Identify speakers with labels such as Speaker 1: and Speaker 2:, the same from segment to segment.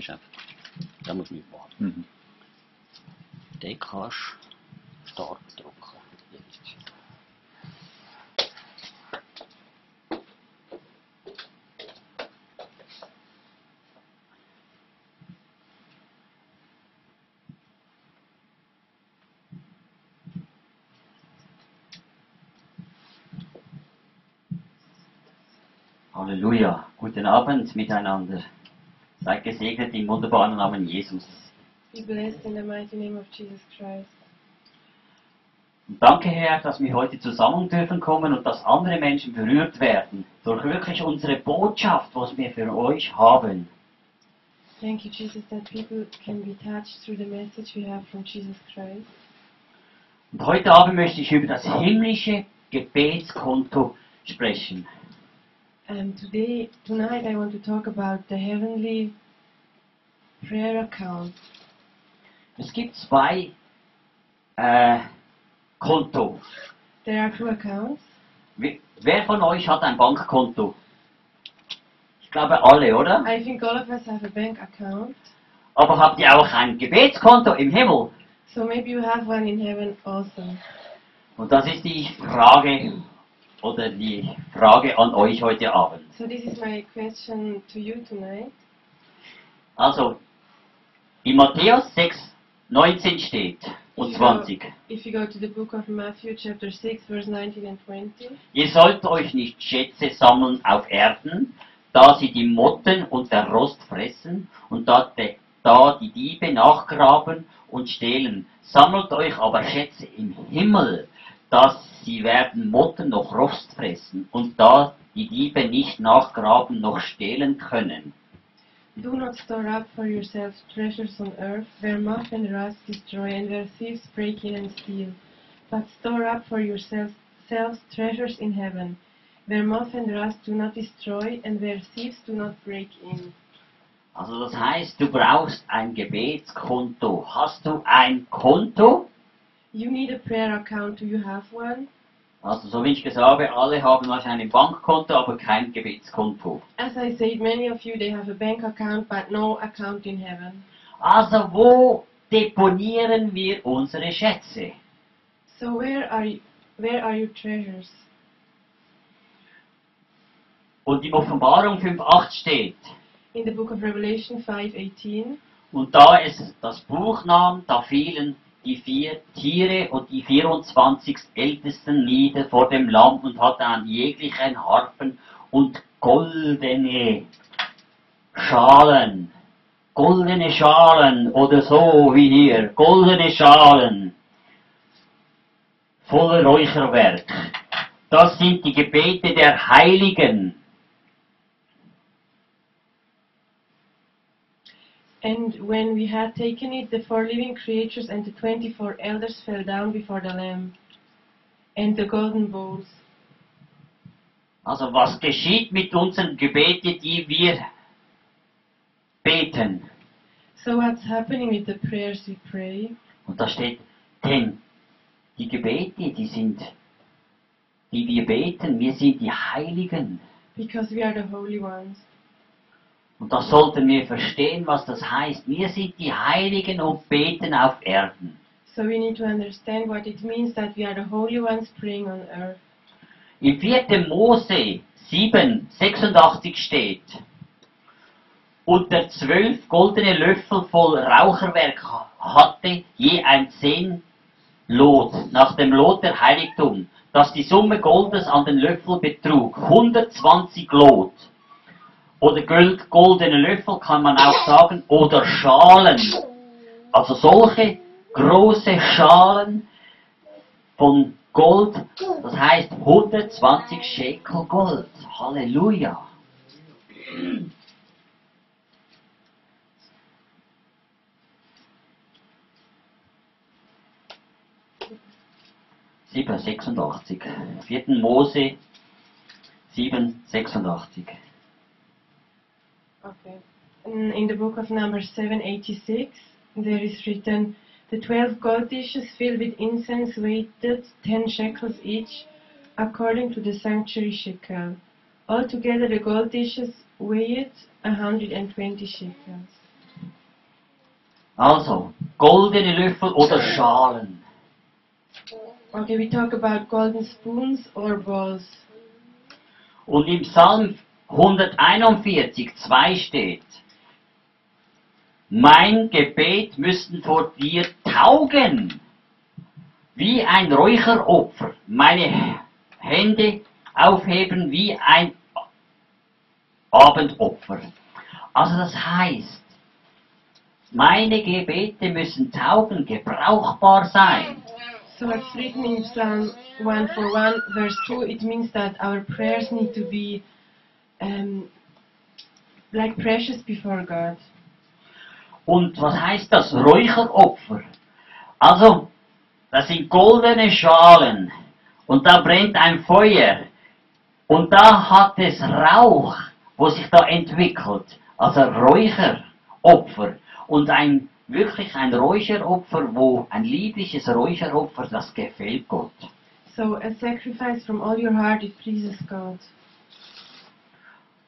Speaker 1: scherp. Dat moet niet worden.
Speaker 2: Mhm.
Speaker 1: Die kannst du stark drucken.
Speaker 3: Halleluja, guten Abend miteinander. Seid gesegnet im wunderbaren Namen Jesus.
Speaker 4: Be blessed in the mighty name of Jesus Christ.
Speaker 3: Und danke Herr, dass wir heute zusammen dürfen kommen und dass andere Menschen berührt werden durch wirklich unsere Botschaft, was wir für euch haben.
Speaker 4: Thank you, Jesus, that people can be touched through the message we have from Jesus Christ.
Speaker 3: Und heute Abend möchte ich über das himmlische Gebetskonto sprechen.
Speaker 4: And today, tonight, I want to talk about the heavenly prayer account.
Speaker 3: Es gibt zwei äh, Konto.
Speaker 4: There are two accounts.
Speaker 3: Wer- Wer von euch hat ein Bankkonto? Ich glaube alle, oder?
Speaker 4: I think all of us have a bank account,
Speaker 3: Aber habt ihr auch ein Gebetskonto im Himmel?
Speaker 4: so maybe you have one in heaven also.
Speaker 3: Und das ist die Frage oder die Frage an euch heute Abend.
Speaker 4: So this is my question to you tonight.
Speaker 3: Also, in Matthäus 6, 19 steht und
Speaker 4: If you go-
Speaker 3: 20.
Speaker 4: If you go to the book of Matthew, chapter 6, verse 19 and 20.
Speaker 3: Ihr sollt euch nicht Schätze sammeln auf Erden, da sie die Motten und der Rost fressen und da, de, da die Diebe nachgraben und stehlen. Sammelt euch aber Schätze im Himmel, dass sie werden Motten noch Rost fressen und da die Diebe nicht nachgraben noch stehlen können.
Speaker 4: Do not store up for yourselves treasures on earth, where moth and rust destroy, and where thieves break in and steal. But store up for yourselves selves treasures in heaven, where moth and rust do not destroy, and where thieves do not break in.
Speaker 3: Also das heißt, du brauchst ein Gebetskonto. Hast du ein Konto?
Speaker 4: You need a prayer account. Do you have one?
Speaker 3: Also so wie ich gesagt habe, alle haben wahrscheinlich ein Bankkonto, aber kein Gebetskonto.
Speaker 4: As I said, many of you they have a bank account, but no account in heaven.
Speaker 3: Also wo deponieren wir unsere Schätze?
Speaker 4: So where are you, where are your treasures?
Speaker 3: Und in Offenbarung 5.8 steht,
Speaker 4: In the book of Revelation 5:18.
Speaker 3: und da es das Buch nahm, da fielen die vier Tiere und die 24 Ältesten nieder vor dem Lamm und hatten an jeglichen Harfen und goldene Schalen. Goldene Schalen oder so wie hier, goldene Schalen. Voller Räucherwerk. Das sind die Gebete der Heiligen.
Speaker 4: And when we had taken it, the four living creatures and the twenty-four elders fell down before the Lamb and the golden bowls.
Speaker 3: Also was geschieht mit unseren Gebeten, die wir beten?
Speaker 4: So what's happening with the prayers we pray?
Speaker 3: Und da steht, denn die Gebete, die sind, die wir beten, wir sind die Heiligen.
Speaker 4: Because we are the holy ones.
Speaker 3: Und das sollten wir verstehen, was das heißt. Wir sind die Heiligen und beten auf Erden.
Speaker 4: So we need to understand what it means that we are the holy ones praying on earth.
Speaker 3: Im 4. Mose 7, 86 steht, und der zwölf goldene Löffel voll Raucherwerk ha- hatte je ein Zehn Lot nach dem Lot der Heiligtum, dass die Summe Goldes an den Löffel betrug 120 Lot. Oder Gold, goldene Löffel kann man auch sagen, oder Schalen. Also solche große Schalen von Gold, das heißt 120 Shekel Gold. Halleluja. Sieben, 86. 4. Mose 7, 86.
Speaker 4: Okay. In in the book of Numbers 786, there is written, The twelve gold dishes filled with incense weighted ten shekels each, according to the sanctuary shekel. Altogether the gold dishes weighed a hundred and twenty shekels.
Speaker 3: Also, goldene Löffel oder Schalen.
Speaker 4: Okay, we talk about golden spoons or bowls.
Speaker 3: Und im Psalm 141, 2 steht, mein Gebet müssten vor dir taugen, wie ein Räucheropfer, meine Hände aufheben wie ein Abendopfer. Also das heißt, meine Gebete müssen taugen, gebrauchbar sein.
Speaker 4: So what's written in Psalm 141 verse 2, it means that our prayers need to be um, like precious before God.
Speaker 3: Und was heißt das? Räucheropfer. Also, das sind goldene Schalen. Und da brennt ein Feuer. Und da hat es Rauch, wo sich da entwickelt. Also Räucheropfer. Und ein, wirklich ein Räucheropfer, wo ein liebliches Räucheropfer, das gefällt Gott.
Speaker 4: So a sacrifice from all your heart, it pleases God.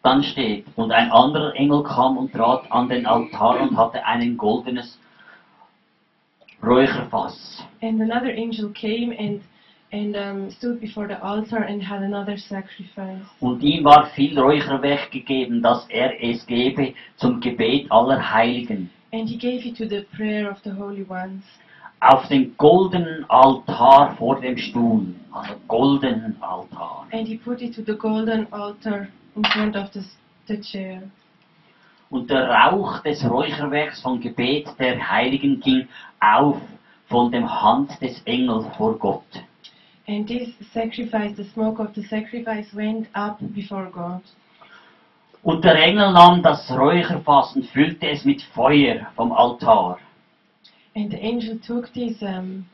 Speaker 3: Dann steht, und ein anderer Engel kam und trat an den Altar und hatte ein goldenes Räucherfass.
Speaker 4: And another angel came and and um, stood before the altar and had another sacrifice.
Speaker 3: Und ihm war viel Räucherwerk gegeben, dass er es gebe zum Gebet aller Heiligen.
Speaker 4: And he gave it to the prayer of the holy ones
Speaker 3: Auf den goldenen Altar vor dem Stuhl. Also goldenen Altar.
Speaker 4: and he put it to the golden altar in front of the, s- the chair.
Speaker 3: Und der Rauch des Räucherwerks vom Gebet der Heiligen ging auf von dem Hand des Engels vor Gott.
Speaker 4: And this sacrifice, the smoke of the sacrifice, went up before God.
Speaker 3: Und der Engel nahm das Räucherfass und füllte es mit Feuer vom Altar.
Speaker 4: And the angel took this um,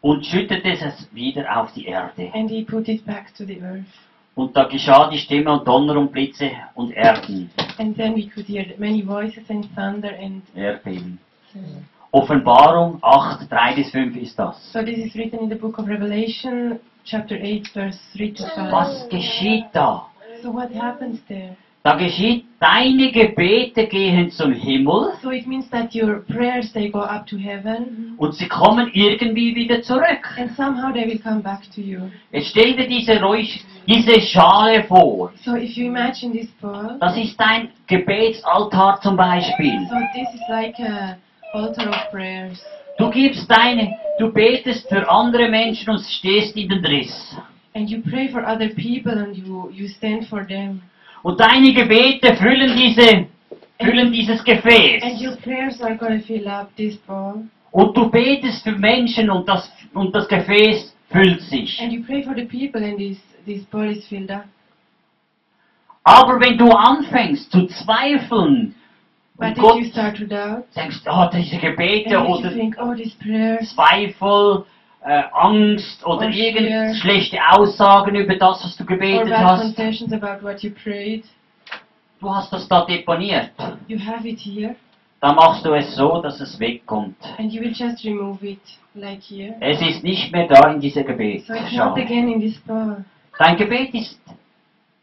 Speaker 3: Und schüttete es wieder auf die Erde.
Speaker 4: and he put it back to the earth.
Speaker 3: Und da geschah die Stimme und Donner und Blitze und Erden.
Speaker 4: And then we could hear many voices and thunder and.
Speaker 3: Erdbeben.
Speaker 4: uh,
Speaker 3: Offenbarung 8, 3 bis 5 ist das.
Speaker 4: So this is written in the book of Revelation, chapter 8, verse 3 to 5.
Speaker 3: Was geschieht da?
Speaker 4: So what happens there?
Speaker 3: Da geschieht, deine Gebete gehen zum Himmel
Speaker 4: So it means that your prayers they go up to heaven
Speaker 3: und sie kommen irgendwie wieder zurück.
Speaker 4: and somehow they will come back to you.
Speaker 3: Jetzt stell dir diese, Räusch, diese Schale vor.
Speaker 4: So if you imagine this bowl,
Speaker 3: Das ist dein Gebetsaltar zum Beispiel.
Speaker 4: so this is like a altar of prayers.
Speaker 3: Du gibst deine, du betest für andere Menschen und stehst in den Riss.
Speaker 4: And you pray for other people and you, you stand for them.
Speaker 3: Und deine Gebete füllen diese, füllen dieses Gefäß.
Speaker 4: And your prayers are gonna fill up this bowl.
Speaker 3: Und du betest für Menschen und das, und das Gefäß füllt sich.
Speaker 4: And you pray for the people and this, this bowl is filled up.
Speaker 3: Aber wenn du anfängst zu zweifeln,
Speaker 4: But
Speaker 3: Gott-
Speaker 4: if you start to doubt,
Speaker 3: denkst, oh, diese
Speaker 4: and
Speaker 3: Gebete
Speaker 4: if you
Speaker 3: oder
Speaker 4: think, oh, these prayers,
Speaker 3: Zweifel, äh, Angst oder
Speaker 4: Oder
Speaker 3: irgend
Speaker 4: Schwer.
Speaker 3: schlechte Aussagen über das, was du
Speaker 4: or
Speaker 3: gebetet
Speaker 4: bad
Speaker 3: hast,
Speaker 4: confessions about what you prayed,
Speaker 3: du hast das da deponiert.
Speaker 4: you have it here
Speaker 3: Dann machst du es so, dass es wegkommt.
Speaker 4: and you will just remove it, like here.
Speaker 3: Es ist nicht mehr da in dieser Gebet.
Speaker 4: So it's not again in this bowl.
Speaker 3: Dein Gebet ist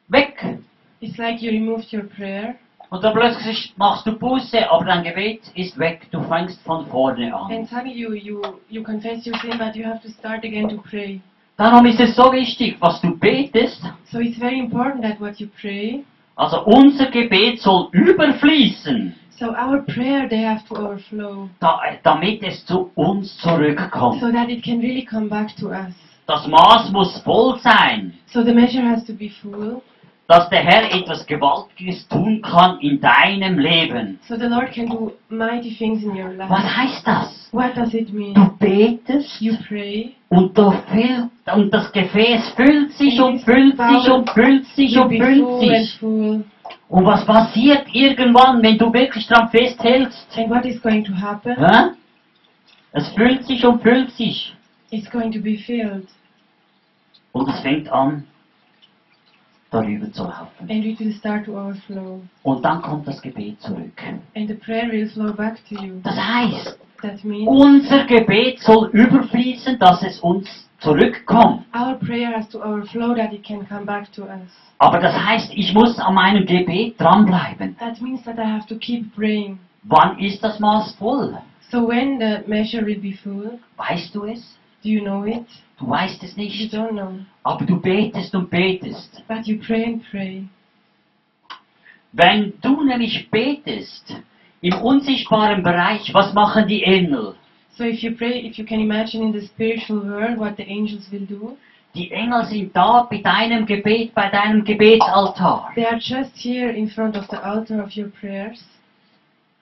Speaker 3: weg.
Speaker 4: It's like you removed your prayer
Speaker 3: Und dann plötzlich machst du Buße, aber dein Gebet ist weg. Du fängst von vorne an.
Speaker 4: and suddenly you, you, you confess your sin but you have to start again to pray.
Speaker 3: Darum ist es so wichtig, was du betest.
Speaker 4: So it's very important that what you pray,
Speaker 3: Also unser Gebet soll überfließen,
Speaker 4: so our prayer they have to overflow
Speaker 3: da, damit es zu uns zurückkommt.
Speaker 4: so that it can really come back to us.
Speaker 3: Das Maß muss voll sein,
Speaker 4: So the measure has to be full
Speaker 3: dass der Herr etwas Gewaltiges tun kann in deinem Leben.
Speaker 4: so the Lord can do mighty things in your
Speaker 3: Was
Speaker 4: life.
Speaker 3: heißt das?
Speaker 4: What does it mean?
Speaker 3: Du betest
Speaker 4: You pray,
Speaker 3: und, da füllt, und das Gefäß füllt sich und füllt sich und füllt sich
Speaker 4: you
Speaker 3: und
Speaker 4: be
Speaker 3: füllt
Speaker 4: full and
Speaker 3: sich.
Speaker 4: full.
Speaker 3: Und was passiert irgendwann, wenn du wirklich dran festhältst?
Speaker 4: And what is going to happen?
Speaker 3: Hä? Es füllt sich und füllt sich.
Speaker 4: It's going to be filled
Speaker 3: Und es fängt an, darüber zu laufen.
Speaker 4: and it will start to overflow
Speaker 3: Und dann kommt das Gebet zurück.
Speaker 4: and the prayer will flow back to you.
Speaker 3: Das heißt,
Speaker 4: That means
Speaker 3: unser Gebet soll überfließen, dass es uns zurückkommt.
Speaker 4: Our prayer has to overflow that it can come back to us.
Speaker 3: Aber das heißt, ich muss an meinem Gebet dranbleiben.
Speaker 4: That means that I have to keep praying.
Speaker 3: Wann ist das Maß voll?
Speaker 4: So when the measure will be full,
Speaker 3: Weißt du es?
Speaker 4: do you know it?
Speaker 3: Du weißt es
Speaker 4: You
Speaker 3: nicht.
Speaker 4: don't know.
Speaker 3: Aber du betest und betest.
Speaker 4: But you pray and pray.
Speaker 3: Wenn du nämlich betest, im unsichtbaren Bereich, was machen die Engel?
Speaker 4: So if you pray, if you can imagine in the spiritual world what the angels will do,
Speaker 3: Die Engel sind da bei deinem Gebet, bei deinem Gebetsaltar.
Speaker 4: they are just here in front of the altar of your prayers,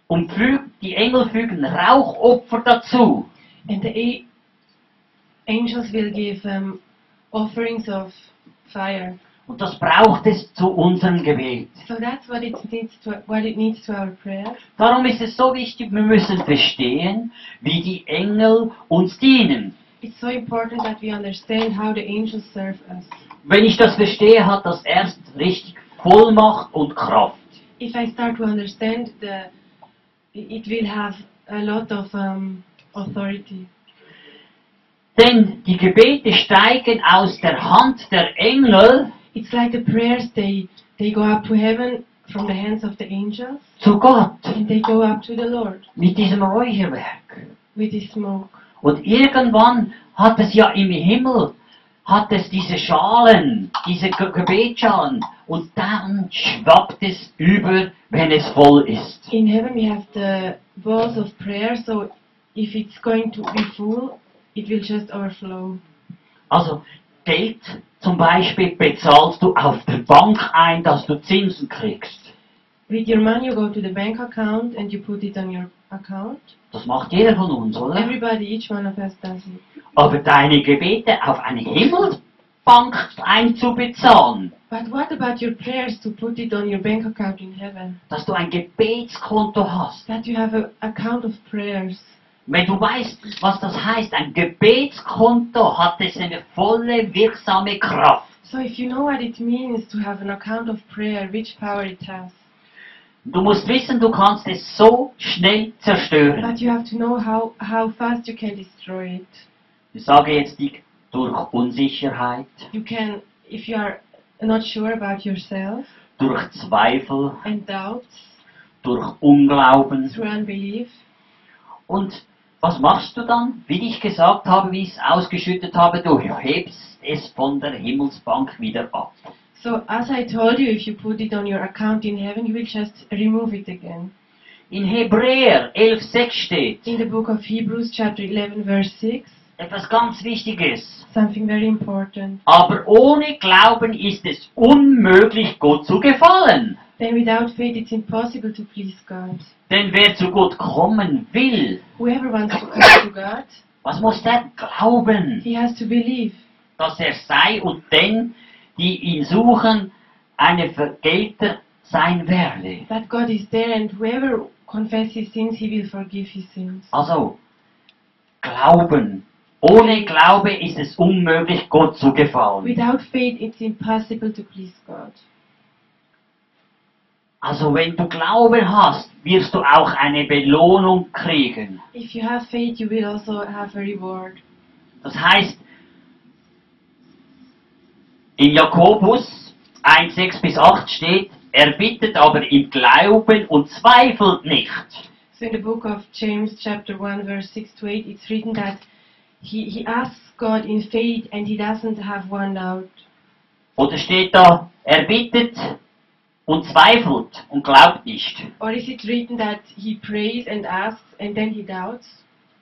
Speaker 3: Und füg, die Engel fügen Rauchopfer dazu.
Speaker 4: and the a- angels will give um, offerings of fire.
Speaker 3: Und das braucht es zu unserem Gebet.
Speaker 4: So that's what it needs to what it needs to our prayer.
Speaker 3: Darum ist es so wichtig, wir müssen verstehen, wie die Engel uns dienen.
Speaker 4: It's so important that we understand how the angels serve us.
Speaker 3: Wenn ich das verstehe, hat das erst richtig Vollmacht und Kraft.
Speaker 4: If I start to understand the, it will have a lot of um, authority.
Speaker 3: Denn die Gebete steigen aus der Hand der Engel
Speaker 4: It's like the prayers they they go up to heaven from the hands of the angels
Speaker 3: zu Gott
Speaker 4: and they go up to the Lord
Speaker 3: mit diesem Räucherwerk.
Speaker 4: with his smoke.
Speaker 3: Und irgendwann hat es ja im Himmel, hat es diese Schalen, diese Ge Gebetsschalen. Und dann schwappt es über, wenn es voll ist.
Speaker 4: In heaven we have the bowls of prayer, so if it's going to be full, it will just overflow.
Speaker 3: Also Geld zum Beispiel bezahlst du auf der Bank ein, dass du Zinsen kriegst.
Speaker 4: With your money you go to the bank account and you put it on your account.
Speaker 3: Das macht jeder von uns, oder?
Speaker 4: Everybody, each one of us does it.
Speaker 3: Aber deine Gebete auf eine Himmelbank einzubezahlen,
Speaker 4: But what about your prayers to put it on your bank account in heaven?
Speaker 3: dass du ein Gebetskonto hast.
Speaker 4: That you have an account of prayers.
Speaker 3: Wenn du weißt, was das heißt, ein Gebetskonto hat es eine volle wirksame Kraft.
Speaker 4: So if you know what it means to have an account of prayer, which power it has.
Speaker 3: Du musst wissen, du kannst es so schnell zerstören.
Speaker 4: But you have to know how, how fast you can destroy it.
Speaker 3: Ich sage jetzt nicht durch Unsicherheit,
Speaker 4: You can, if you are not sure about yourself
Speaker 3: durch Zweifel,
Speaker 4: and doubts
Speaker 3: durch Unglauben.
Speaker 4: through unbelief,
Speaker 3: Und was machst du dann? Wie ich gesagt habe, wie ich es ausgeschüttet habe, du hebst es von der Himmelsbank wieder ab.
Speaker 4: so as I told you, if you put it on your account in heaven, you will just remove it again.
Speaker 3: In Hebräer 11,6 steht
Speaker 4: In the book of Hebrews, chapter 11, verse 6,
Speaker 3: etwas ganz Wichtiges.
Speaker 4: something very important.
Speaker 3: Aber ohne Glauben ist es unmöglich, Gott zu gefallen.
Speaker 4: Then without faith, it's impossible to please God.
Speaker 3: Denn wer zu Gott kommen will,
Speaker 4: Whoever wants to come to God,
Speaker 3: was muss der glauben,
Speaker 4: he has to believe
Speaker 3: dass er sei und denn, die ihn suchen, eine Vergelter sein werde.
Speaker 4: that God is there and whoever confesses his sins, he will forgive his sins.
Speaker 3: Also, Glauben. Ohne Glaube ist es unmöglich, Gott zu gefallen.
Speaker 4: Without faith, it's impossible to please God.
Speaker 3: Also, wenn du Glauben hast, wirst du auch eine Belohnung kriegen.
Speaker 4: If you have faith, you will also have a reward.
Speaker 3: Das heißt, in Jakobus 1, 6 bis 8 steht, er bittet aber im Glauben und zweifelt nicht.
Speaker 4: So in the book of James, chapter 1, verse 6 to 8, it's written that he, he asks God in faith and he doesn't have one doubt.
Speaker 3: Oder steht da, er bittet und zweifelt und glaubt nicht.
Speaker 4: Or is it written that he prays and asks and then he doubts?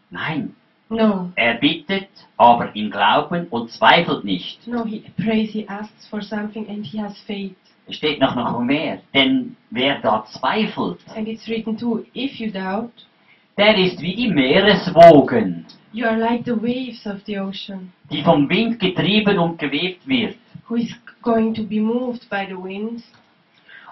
Speaker 3: Nein,
Speaker 4: No.
Speaker 3: Er bittet, aber im Glauben und zweifelt nicht.
Speaker 4: No, he prays, he asks for something and he has faith.
Speaker 3: Es steht noch, noch mehr, denn wer da zweifelt,
Speaker 4: And it's written too, if you doubt,
Speaker 3: der ist wie die Meereswogen,
Speaker 4: you are like the waves of the ocean,
Speaker 3: die vom Wind getrieben und gewebt wird.
Speaker 4: who is going to be moved by the winds.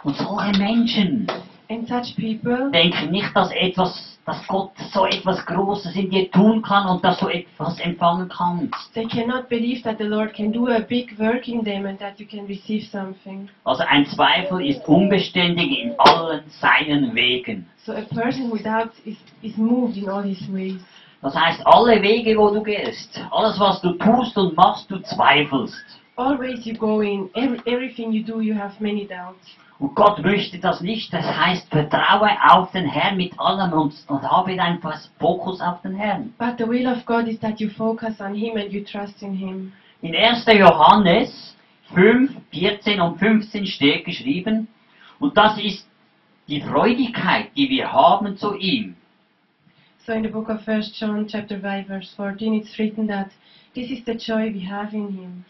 Speaker 3: Und solche Menschen
Speaker 4: And such people,
Speaker 3: denken nicht, dass etwas, dass Gott so etwas Großes in dir tun kann und dass du etwas empfangen kannst.
Speaker 4: they cannot believe that the Lord can do a big work in them and that you can receive something.
Speaker 3: Also ein Zweifel ist unbeständig in allen seinen Wegen.
Speaker 4: So a person who doubts is, is moved in all his ways.
Speaker 3: Das heißt, alle Wege, wo du gehst, alles, was du tust und machst, du zweifelst.
Speaker 4: Always you go in, every, everything you do, you have many doubts.
Speaker 3: Und Gott möchte das nicht. Das heißt, vertraue auf den Herrn mit allem und, und habe deinen Fas- Fokus auf den Herrn.
Speaker 4: But the will of God is that you focus on Him and you trust in Him.
Speaker 3: In 1. Johannes 5, 14 und 15 steht geschrieben, und das ist die Freudigkeit, die wir haben zu ihm.
Speaker 4: So in the book of First John, chapter 5, verse 14, it's written that this is the joy we have in Him,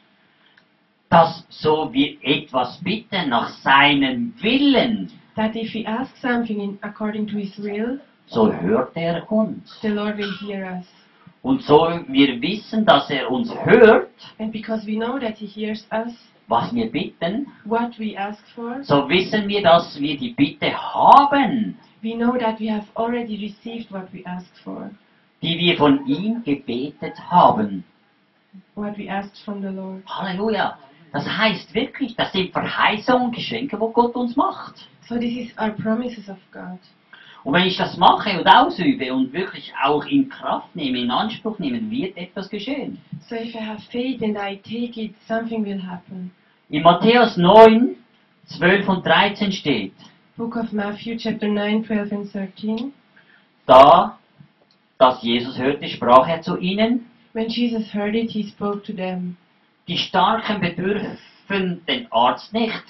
Speaker 3: dass so wir etwas bitten nach seinem Willen,
Speaker 4: that if we ask something in, according to His will,
Speaker 3: so hört er uns.
Speaker 4: the Lord will hear us.
Speaker 3: Und so wir wissen, dass er uns hört,
Speaker 4: And because we know that He hears us,
Speaker 3: was wir bitten,
Speaker 4: what we ask for,
Speaker 3: so wissen wir, dass wir die Bitte haben,
Speaker 4: we know that we have already received what we asked for,
Speaker 3: die wir von ihm gebetet haben.
Speaker 4: what we asked from the Lord.
Speaker 3: Halleluja. Das heißt wirklich, das sind Verheißungen, Geschenke, wo Gott uns macht.
Speaker 4: So this is our promises of God.
Speaker 3: Und wenn ich das mache und ausübe und wirklich auch in Kraft nehme, in Anspruch nehme, wird etwas geschehen.
Speaker 4: So if I have faith and I take it, something will happen.
Speaker 3: In Matthäus 9, 12 und 13 steht,
Speaker 4: Book of Matthew, chapter 9, 12 and 13.
Speaker 3: da das Jesus hörte, sprach er zu ihnen,
Speaker 4: When Jesus heard it, he spoke to them.
Speaker 3: die Starken bedürfen den Arzt nicht,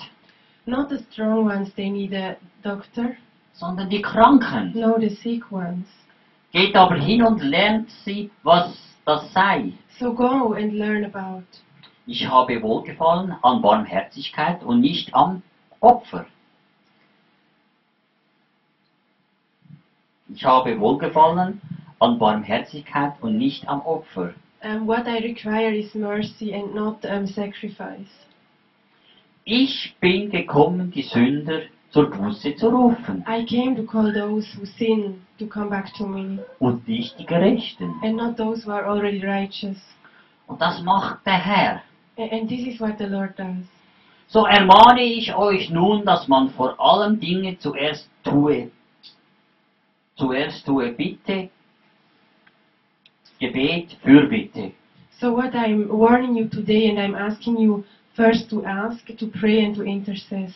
Speaker 4: Not the strong ones, they need a doctor.
Speaker 3: sondern die Kranken.
Speaker 4: No, the sick ones.
Speaker 3: Geht aber hin und lernt sie, was das sei.
Speaker 4: So go and learn about.
Speaker 3: Ich habe Wohlgefallen an Barmherzigkeit und nicht am Opfer. Ich habe Wohlgefallen an Barmherzigkeit und nicht am Opfer.
Speaker 4: Um, what I require is mercy and not um, sacrifice.
Speaker 3: Ich bin gekommen, die Sünder zur Buße zu rufen
Speaker 4: I came to call those who sin to come back to me,
Speaker 3: und nicht die Gerechten.
Speaker 4: and not those who are already righteous.
Speaker 3: Und das macht der Herr.
Speaker 4: A- And this is what the Lord does.
Speaker 3: So ermahne ich euch nun, dass man vor allem Dinge zuerst tue. Zuerst tue Bitte, Gebet, Fürbitte.
Speaker 4: So what I'm warning you today, and I'm asking you first to ask, to pray, and to intercess,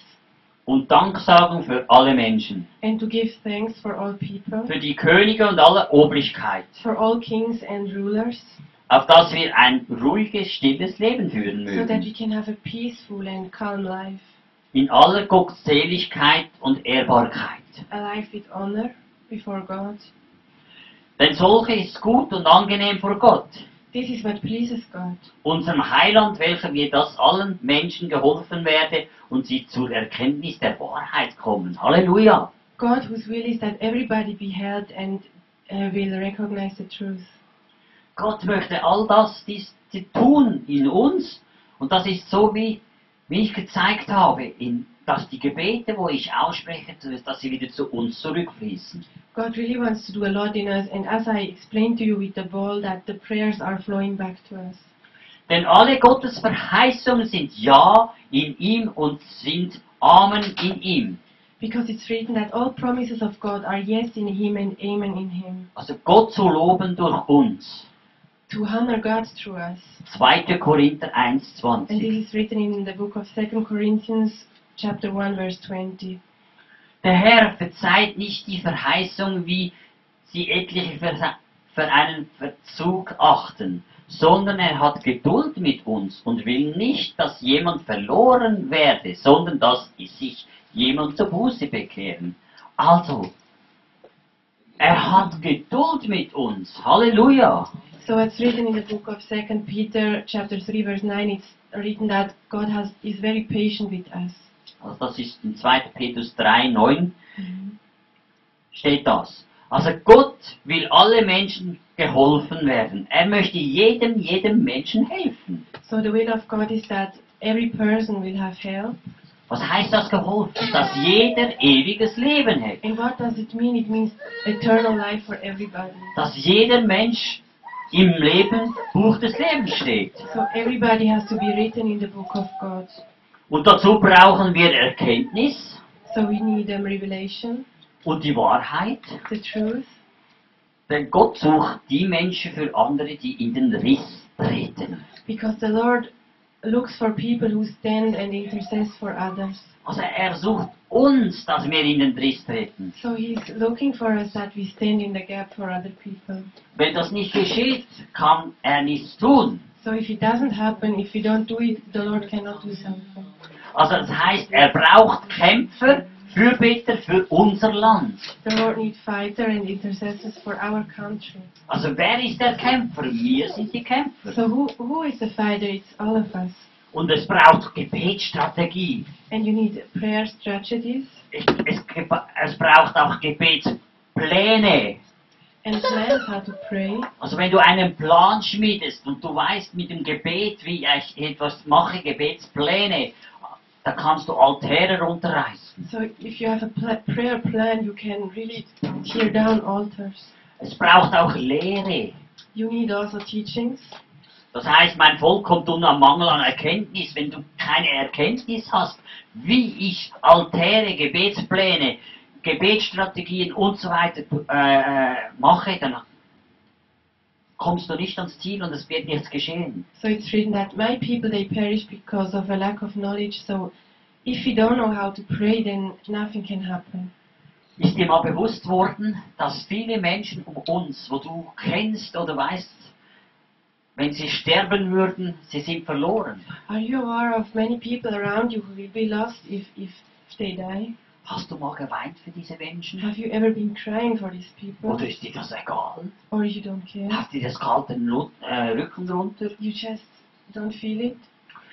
Speaker 3: Und Danksagung für alle Menschen,
Speaker 4: and to give thanks for all people.
Speaker 3: für die Könige und alle Obrigkeit,
Speaker 4: for all kings and rulers,
Speaker 3: auf dass wir ein ruhiges, stilles Leben führen
Speaker 4: so that
Speaker 3: mögen,
Speaker 4: we can have a peaceful and calm life,
Speaker 3: in aller Gottseligkeit und Ehrbarkeit.
Speaker 4: a life with honor before God.
Speaker 3: Denn solche ist gut und angenehm vor Gott,
Speaker 4: This is what pleases God,
Speaker 3: unserem Heiland, welchem wir das allen Menschen geholfen werde und sie zur Erkenntnis der Wahrheit kommen. Halleluja!
Speaker 4: God whose will is that everybody be held and uh, will recognize the truth.
Speaker 3: Gott möchte all das dies, die tun in uns und das ist so wie, wie ich gezeigt habe, in, dass die Gebete, wo ich ausspreche, dass sie wieder zu uns zurückfließen.
Speaker 4: God really wants to do a lot in us, and as I explained to you with the ball, that the prayers are flowing back to us.
Speaker 3: Denn alle Gottes Verheißungen sind Ja in ihm und sind Amen in ihm.
Speaker 4: Because it's written that all promises of God are yes in Him and amen in Him.
Speaker 3: Also Gott zu loben durch uns.
Speaker 4: To honor God through us.
Speaker 3: 2. Korinther
Speaker 4: And
Speaker 3: 1,20.
Speaker 4: this is written in the book of 2 Corinthians, chapter 1, verse 20.
Speaker 3: Der Herr verzeiht nicht die Verheißung, wie sie etliche für, für einen Verzug achten, sondern er hat Geduld mit uns und will nicht, dass jemand verloren werde, sondern dass sich jemand zur Buße bekehren. Also, er hat Geduld mit uns. Halleluja!
Speaker 4: So it's written in the book of 2 Peter, chapter 3, verse 9. It's written that God has, is very patient with us.
Speaker 3: Also das ist in 2. Petrus 3, 9 steht das. Also Gott will alle Menschen geholfen werden. Er möchte jedem, jedem Menschen helfen.
Speaker 4: So the will of God is that every person will have help.
Speaker 3: Was heißt das geholfen? Dass jeder ewiges Leben hat.
Speaker 4: And what does it mean? It means eternal life for everybody.
Speaker 3: Dass jeder Mensch im Leben, Buch des Lebens steht.
Speaker 4: So everybody has to be written in the book of God.
Speaker 3: Und dazu brauchen wir Erkenntnis
Speaker 4: So we need um, revelation,
Speaker 3: und die Wahrheit
Speaker 4: the truth,
Speaker 3: Denn Gott sucht die Menschen für andere, die in den Riss treten.
Speaker 4: Because the Lord looks for people who stand and intercess for others.
Speaker 3: Also er sucht uns, dass wir in den Riss treten.
Speaker 4: So He's looking for us that we stand in the gap for other people.
Speaker 3: Wenn das nicht geschieht, kann er nichts tun.
Speaker 4: So if it doesn't happen, if we don't do it, the Lord cannot do something.
Speaker 3: Also das heißt, er braucht Kämpfer, Fürbitter für unser Land.
Speaker 4: The Lord needs fighter and intercessors for our country.
Speaker 3: Also wer ist der Kämpfer? Wir sind die Kämpfer.
Speaker 4: So who, who is the fighter? It's all of us.
Speaker 3: Und es braucht Gebetsstrategie.
Speaker 4: And you need prayer strategies
Speaker 3: Es, es, es braucht auch Gebetspläne.
Speaker 4: and plans how to pray.
Speaker 3: Also wenn du einen Plan schmiedest und du weißt mit dem Gebet, wie ich etwas mache, Gebetspläne, da kannst du Altäre runterreißen.
Speaker 4: So if you have a pl- prayer plan, you can really tear down altars.
Speaker 3: Es braucht auch Lehre.
Speaker 4: You need also teachings.
Speaker 3: Das heißt, mein Volk kommt unter Mangel an Erkenntnis. Wenn du keine Erkenntnis hast, wie ich Altäre, Gebetspläne, Gebetsstrategien und so weiter äh, mache, dann kommst du nicht ans Ziel und es wird nichts geschehen.
Speaker 4: So it's written that my people they perish because of a lack of knowledge. So if we don't know how to pray, then nothing can happen.
Speaker 3: Ist dir mal bewusst worden, dass viele Menschen um uns, wo du kennst oder weißt, wenn sie sterben würden, sie sind verloren.
Speaker 4: Are you aware of many people around you who will be lost if if they die?
Speaker 3: Hast du mal geweint für diese Menschen?
Speaker 4: Have you ever been crying for these people,
Speaker 3: Oder ist dir das egal?
Speaker 4: or you don't care?
Speaker 3: Lauf dir das kalte Lu- äh, Rücken runter?
Speaker 4: You just don't feel it.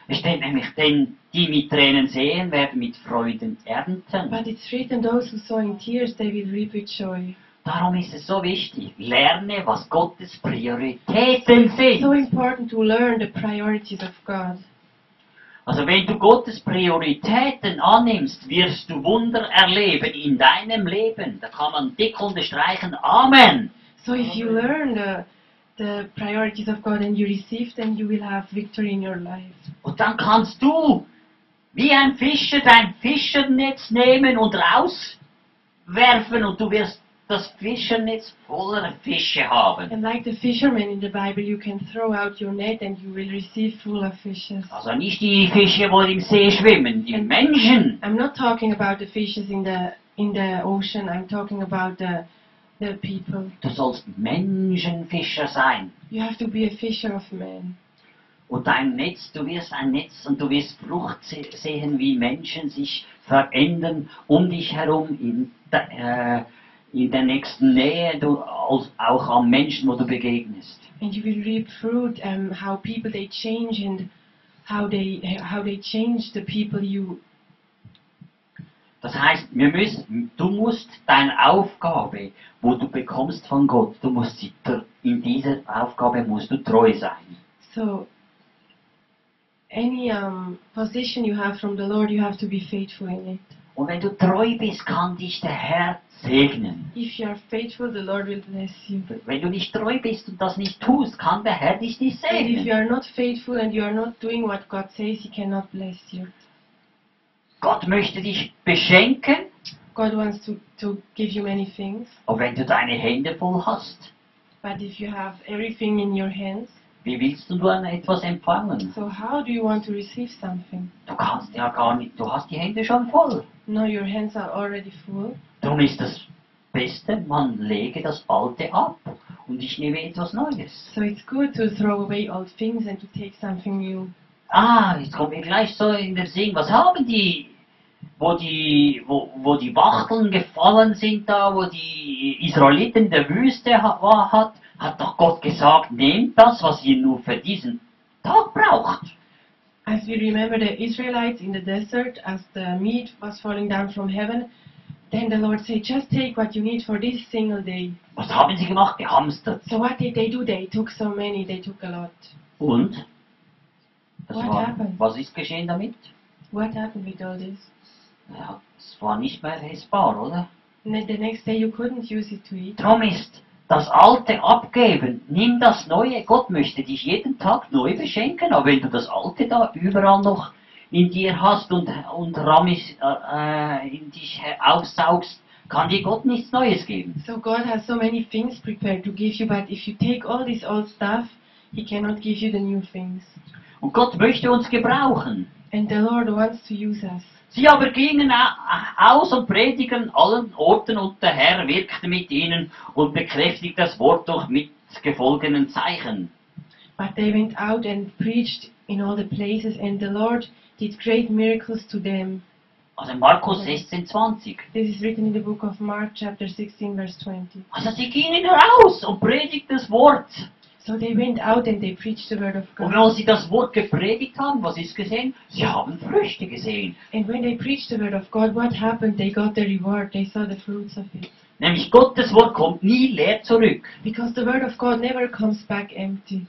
Speaker 3: Es steht nämlich, denn die mit Tränen sehen, werden mit Freuden ernten.
Speaker 4: But it's written, those who sow in tears, they will reap with joy.
Speaker 3: Darum ist es so wichtig, lerne, was Gottes Prioritäten
Speaker 4: It's so
Speaker 3: sind.
Speaker 4: important to learn the priorities of God.
Speaker 3: Also wenn du Gottes Prioritäten annimmst, wirst du Wunder erleben in deinem Leben. Da kann man dick unterstreichen, Amen.
Speaker 4: So if you learn the the priorities of God and you receive them, you will have victory in your life.
Speaker 3: Und dann kannst du, wie ein Fischer, dein Fischernetz nehmen und rauswerfen und du wirst das Fischernetz voller Fische haben.
Speaker 4: And like the fishermen in the Bible, you can throw out your net and you will receive full of fishes.
Speaker 3: Also nicht die Fische, wo im See schwimmen, die Menschen.
Speaker 4: I'm not talking about the fishes in the in the ocean. I'm talking about the the people.
Speaker 3: Du sollst Menschenfischer sein.
Speaker 4: You have to be a fisher of men.
Speaker 3: Und dein Netz, du wirst ein Netz und du wirst Frucht se- sehen, wie Menschen sich verändern um dich herum, in, de, äh, in der nächsten Nähe, du, als, auch am Menschen, wo du begegnest.
Speaker 4: And you will reap fruit. Um, how people they change and how they how they change the people you.
Speaker 3: Das heißt, wir müssen, du musst deine Aufgabe, wo du bekommst von Gott, du musst sie, tr- in dieser Aufgabe musst du treu sein.
Speaker 4: So any um, position you have from the Lord, you have to be faithful in it.
Speaker 3: Und wenn du treu bist, kann dich der Herr segnen.
Speaker 4: If you are faithful, the Lord will bless you. But
Speaker 3: Wenn du nicht treu bist und das nicht tust, kann der Herr dich nicht
Speaker 4: if you
Speaker 3: segnen.
Speaker 4: are not faithful and you are not doing what God says, He cannot bless you.
Speaker 3: Gott möchte dich beschenken,
Speaker 4: God wants to, to give you many things,
Speaker 3: aber wenn du deine Hände voll hast,
Speaker 4: but if you have everything in your hands,
Speaker 3: wie willst du dann etwas empfangen?
Speaker 4: so how do you want to receive something?
Speaker 3: Du kannst ja gar nicht, du hast die Hände schon voll.
Speaker 4: No, your hands are already full.
Speaker 3: Darum ist das Beste, man lege das Alte ab und ich nehme etwas Neues.
Speaker 4: So it's good to throw away old things and to take something new.
Speaker 3: Ah, jetzt kommen wir gleich so in den Sinn. Was haben die, wo die, wo, wo die Wachteln gefallen sind da, wo die Israeliten in der Wüste ha- war, hat, hat doch Gott gesagt, nehmt das, was ihr nur für diesen Tag braucht.
Speaker 4: As we remember the Israelites in the desert, as the meat was falling down from heaven, then the Lord said, Just take what you need for this single day.
Speaker 3: Was haben sie gemacht? Gehamstert.
Speaker 4: So what did they do? They took so many, they took a lot.
Speaker 3: Und? Das
Speaker 4: What
Speaker 3: war,
Speaker 4: happened?
Speaker 3: was ist geschehen damit?
Speaker 4: What happened with all this?
Speaker 3: Ja, es war nicht mehr essbar, oder?
Speaker 4: And then the next day you couldn't use it to eat.
Speaker 3: Drum ist das Alte abgeben, nimm das Neue. Gott möchte dich jeden Tag neu beschenken, aber wenn du das Alte da überall noch in dir hast und, und Ramis äh, äh, in dich her- aufsaugst, kann dir Gott nichts Neues geben.
Speaker 4: So God has so many things prepared to give you, but if you take all this old stuff, He cannot give you the new things.
Speaker 3: Und Gott möchte uns gebrauchen.
Speaker 4: And the Lord wants to use us.
Speaker 3: Sie aber gingen a- aus und predigten allen Orten und der Herr wirkte mit ihnen und bekräftigte das Wort durch mitgefolgenen Zeichen.
Speaker 4: But they went out and preached in all the places, and the Lord did great miracles to them.
Speaker 3: Also Markus 16, 20.
Speaker 4: This is written in the book of Mark, chapter 16, verse 20.
Speaker 3: Also sie gingen raus und predigten das Wort.
Speaker 4: So they went out and they preached the word of
Speaker 3: Und
Speaker 4: God.
Speaker 3: wenn sie das Wort gepredigt haben, was ist gesehen? Sie haben Früchte gesehen.
Speaker 4: And when they preached the word of God, what happened? They got the reward. They saw the fruits of it.
Speaker 3: Nämlich Gottes Wort kommt nie leer zurück
Speaker 4: Because the word of God never comes back empty.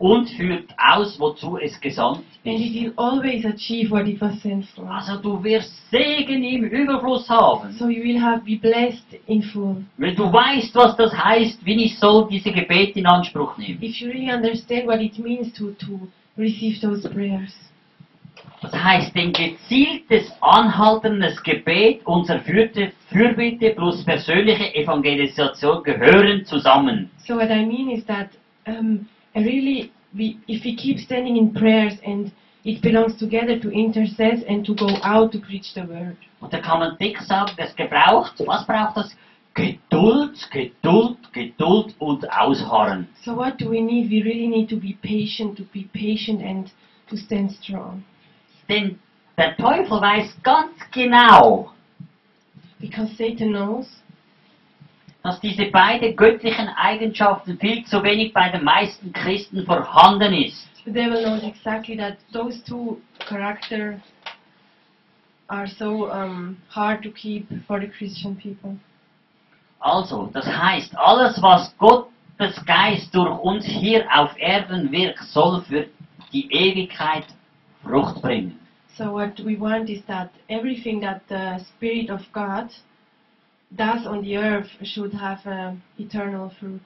Speaker 3: und führt aus, wozu es gesandt
Speaker 4: And
Speaker 3: ist.
Speaker 4: it will always achieve what it was sent for.
Speaker 3: Also du wirst Segen im Überfluss haben,
Speaker 4: So you will have be blessed in full.
Speaker 3: wenn du weißt, was das heißt, wenn ich soll diese Gebete in Anspruch nehmen.
Speaker 4: If you really understand what it means to, to receive those prayers.
Speaker 3: Das heißt, ein gezieltes, anhaltendes Gebet und Fürbitte, Fürbitte plus persönliche Evangelisation gehören zusammen.
Speaker 4: So what I mean is that um, I really, we, if we keep standing in prayers and it belongs together to intercess and to go out to preach the word.
Speaker 3: Und da kann man dick sagen, das gebraucht, was braucht das? Geduld, Geduld, Geduld und Ausharren.
Speaker 4: So what do we need? We really need to be patient, to be patient and to stand strong.
Speaker 3: Denn der Teufel weiß ganz genau,
Speaker 4: Because Satan knows
Speaker 3: dass diese beiden göttlichen Eigenschaften viel zu wenig bei den meisten Christen vorhanden ist.
Speaker 4: The devil knows exactly that those two characters are so um, hard to keep for the Christian people.
Speaker 3: Also, das heißt, alles, was Gottes Geist durch uns hier auf Erden wirkt, soll für die Ewigkeit Frucht bringen.
Speaker 4: So what we want is that everything that the Spirit of God does on the earth should have um eternal fruit.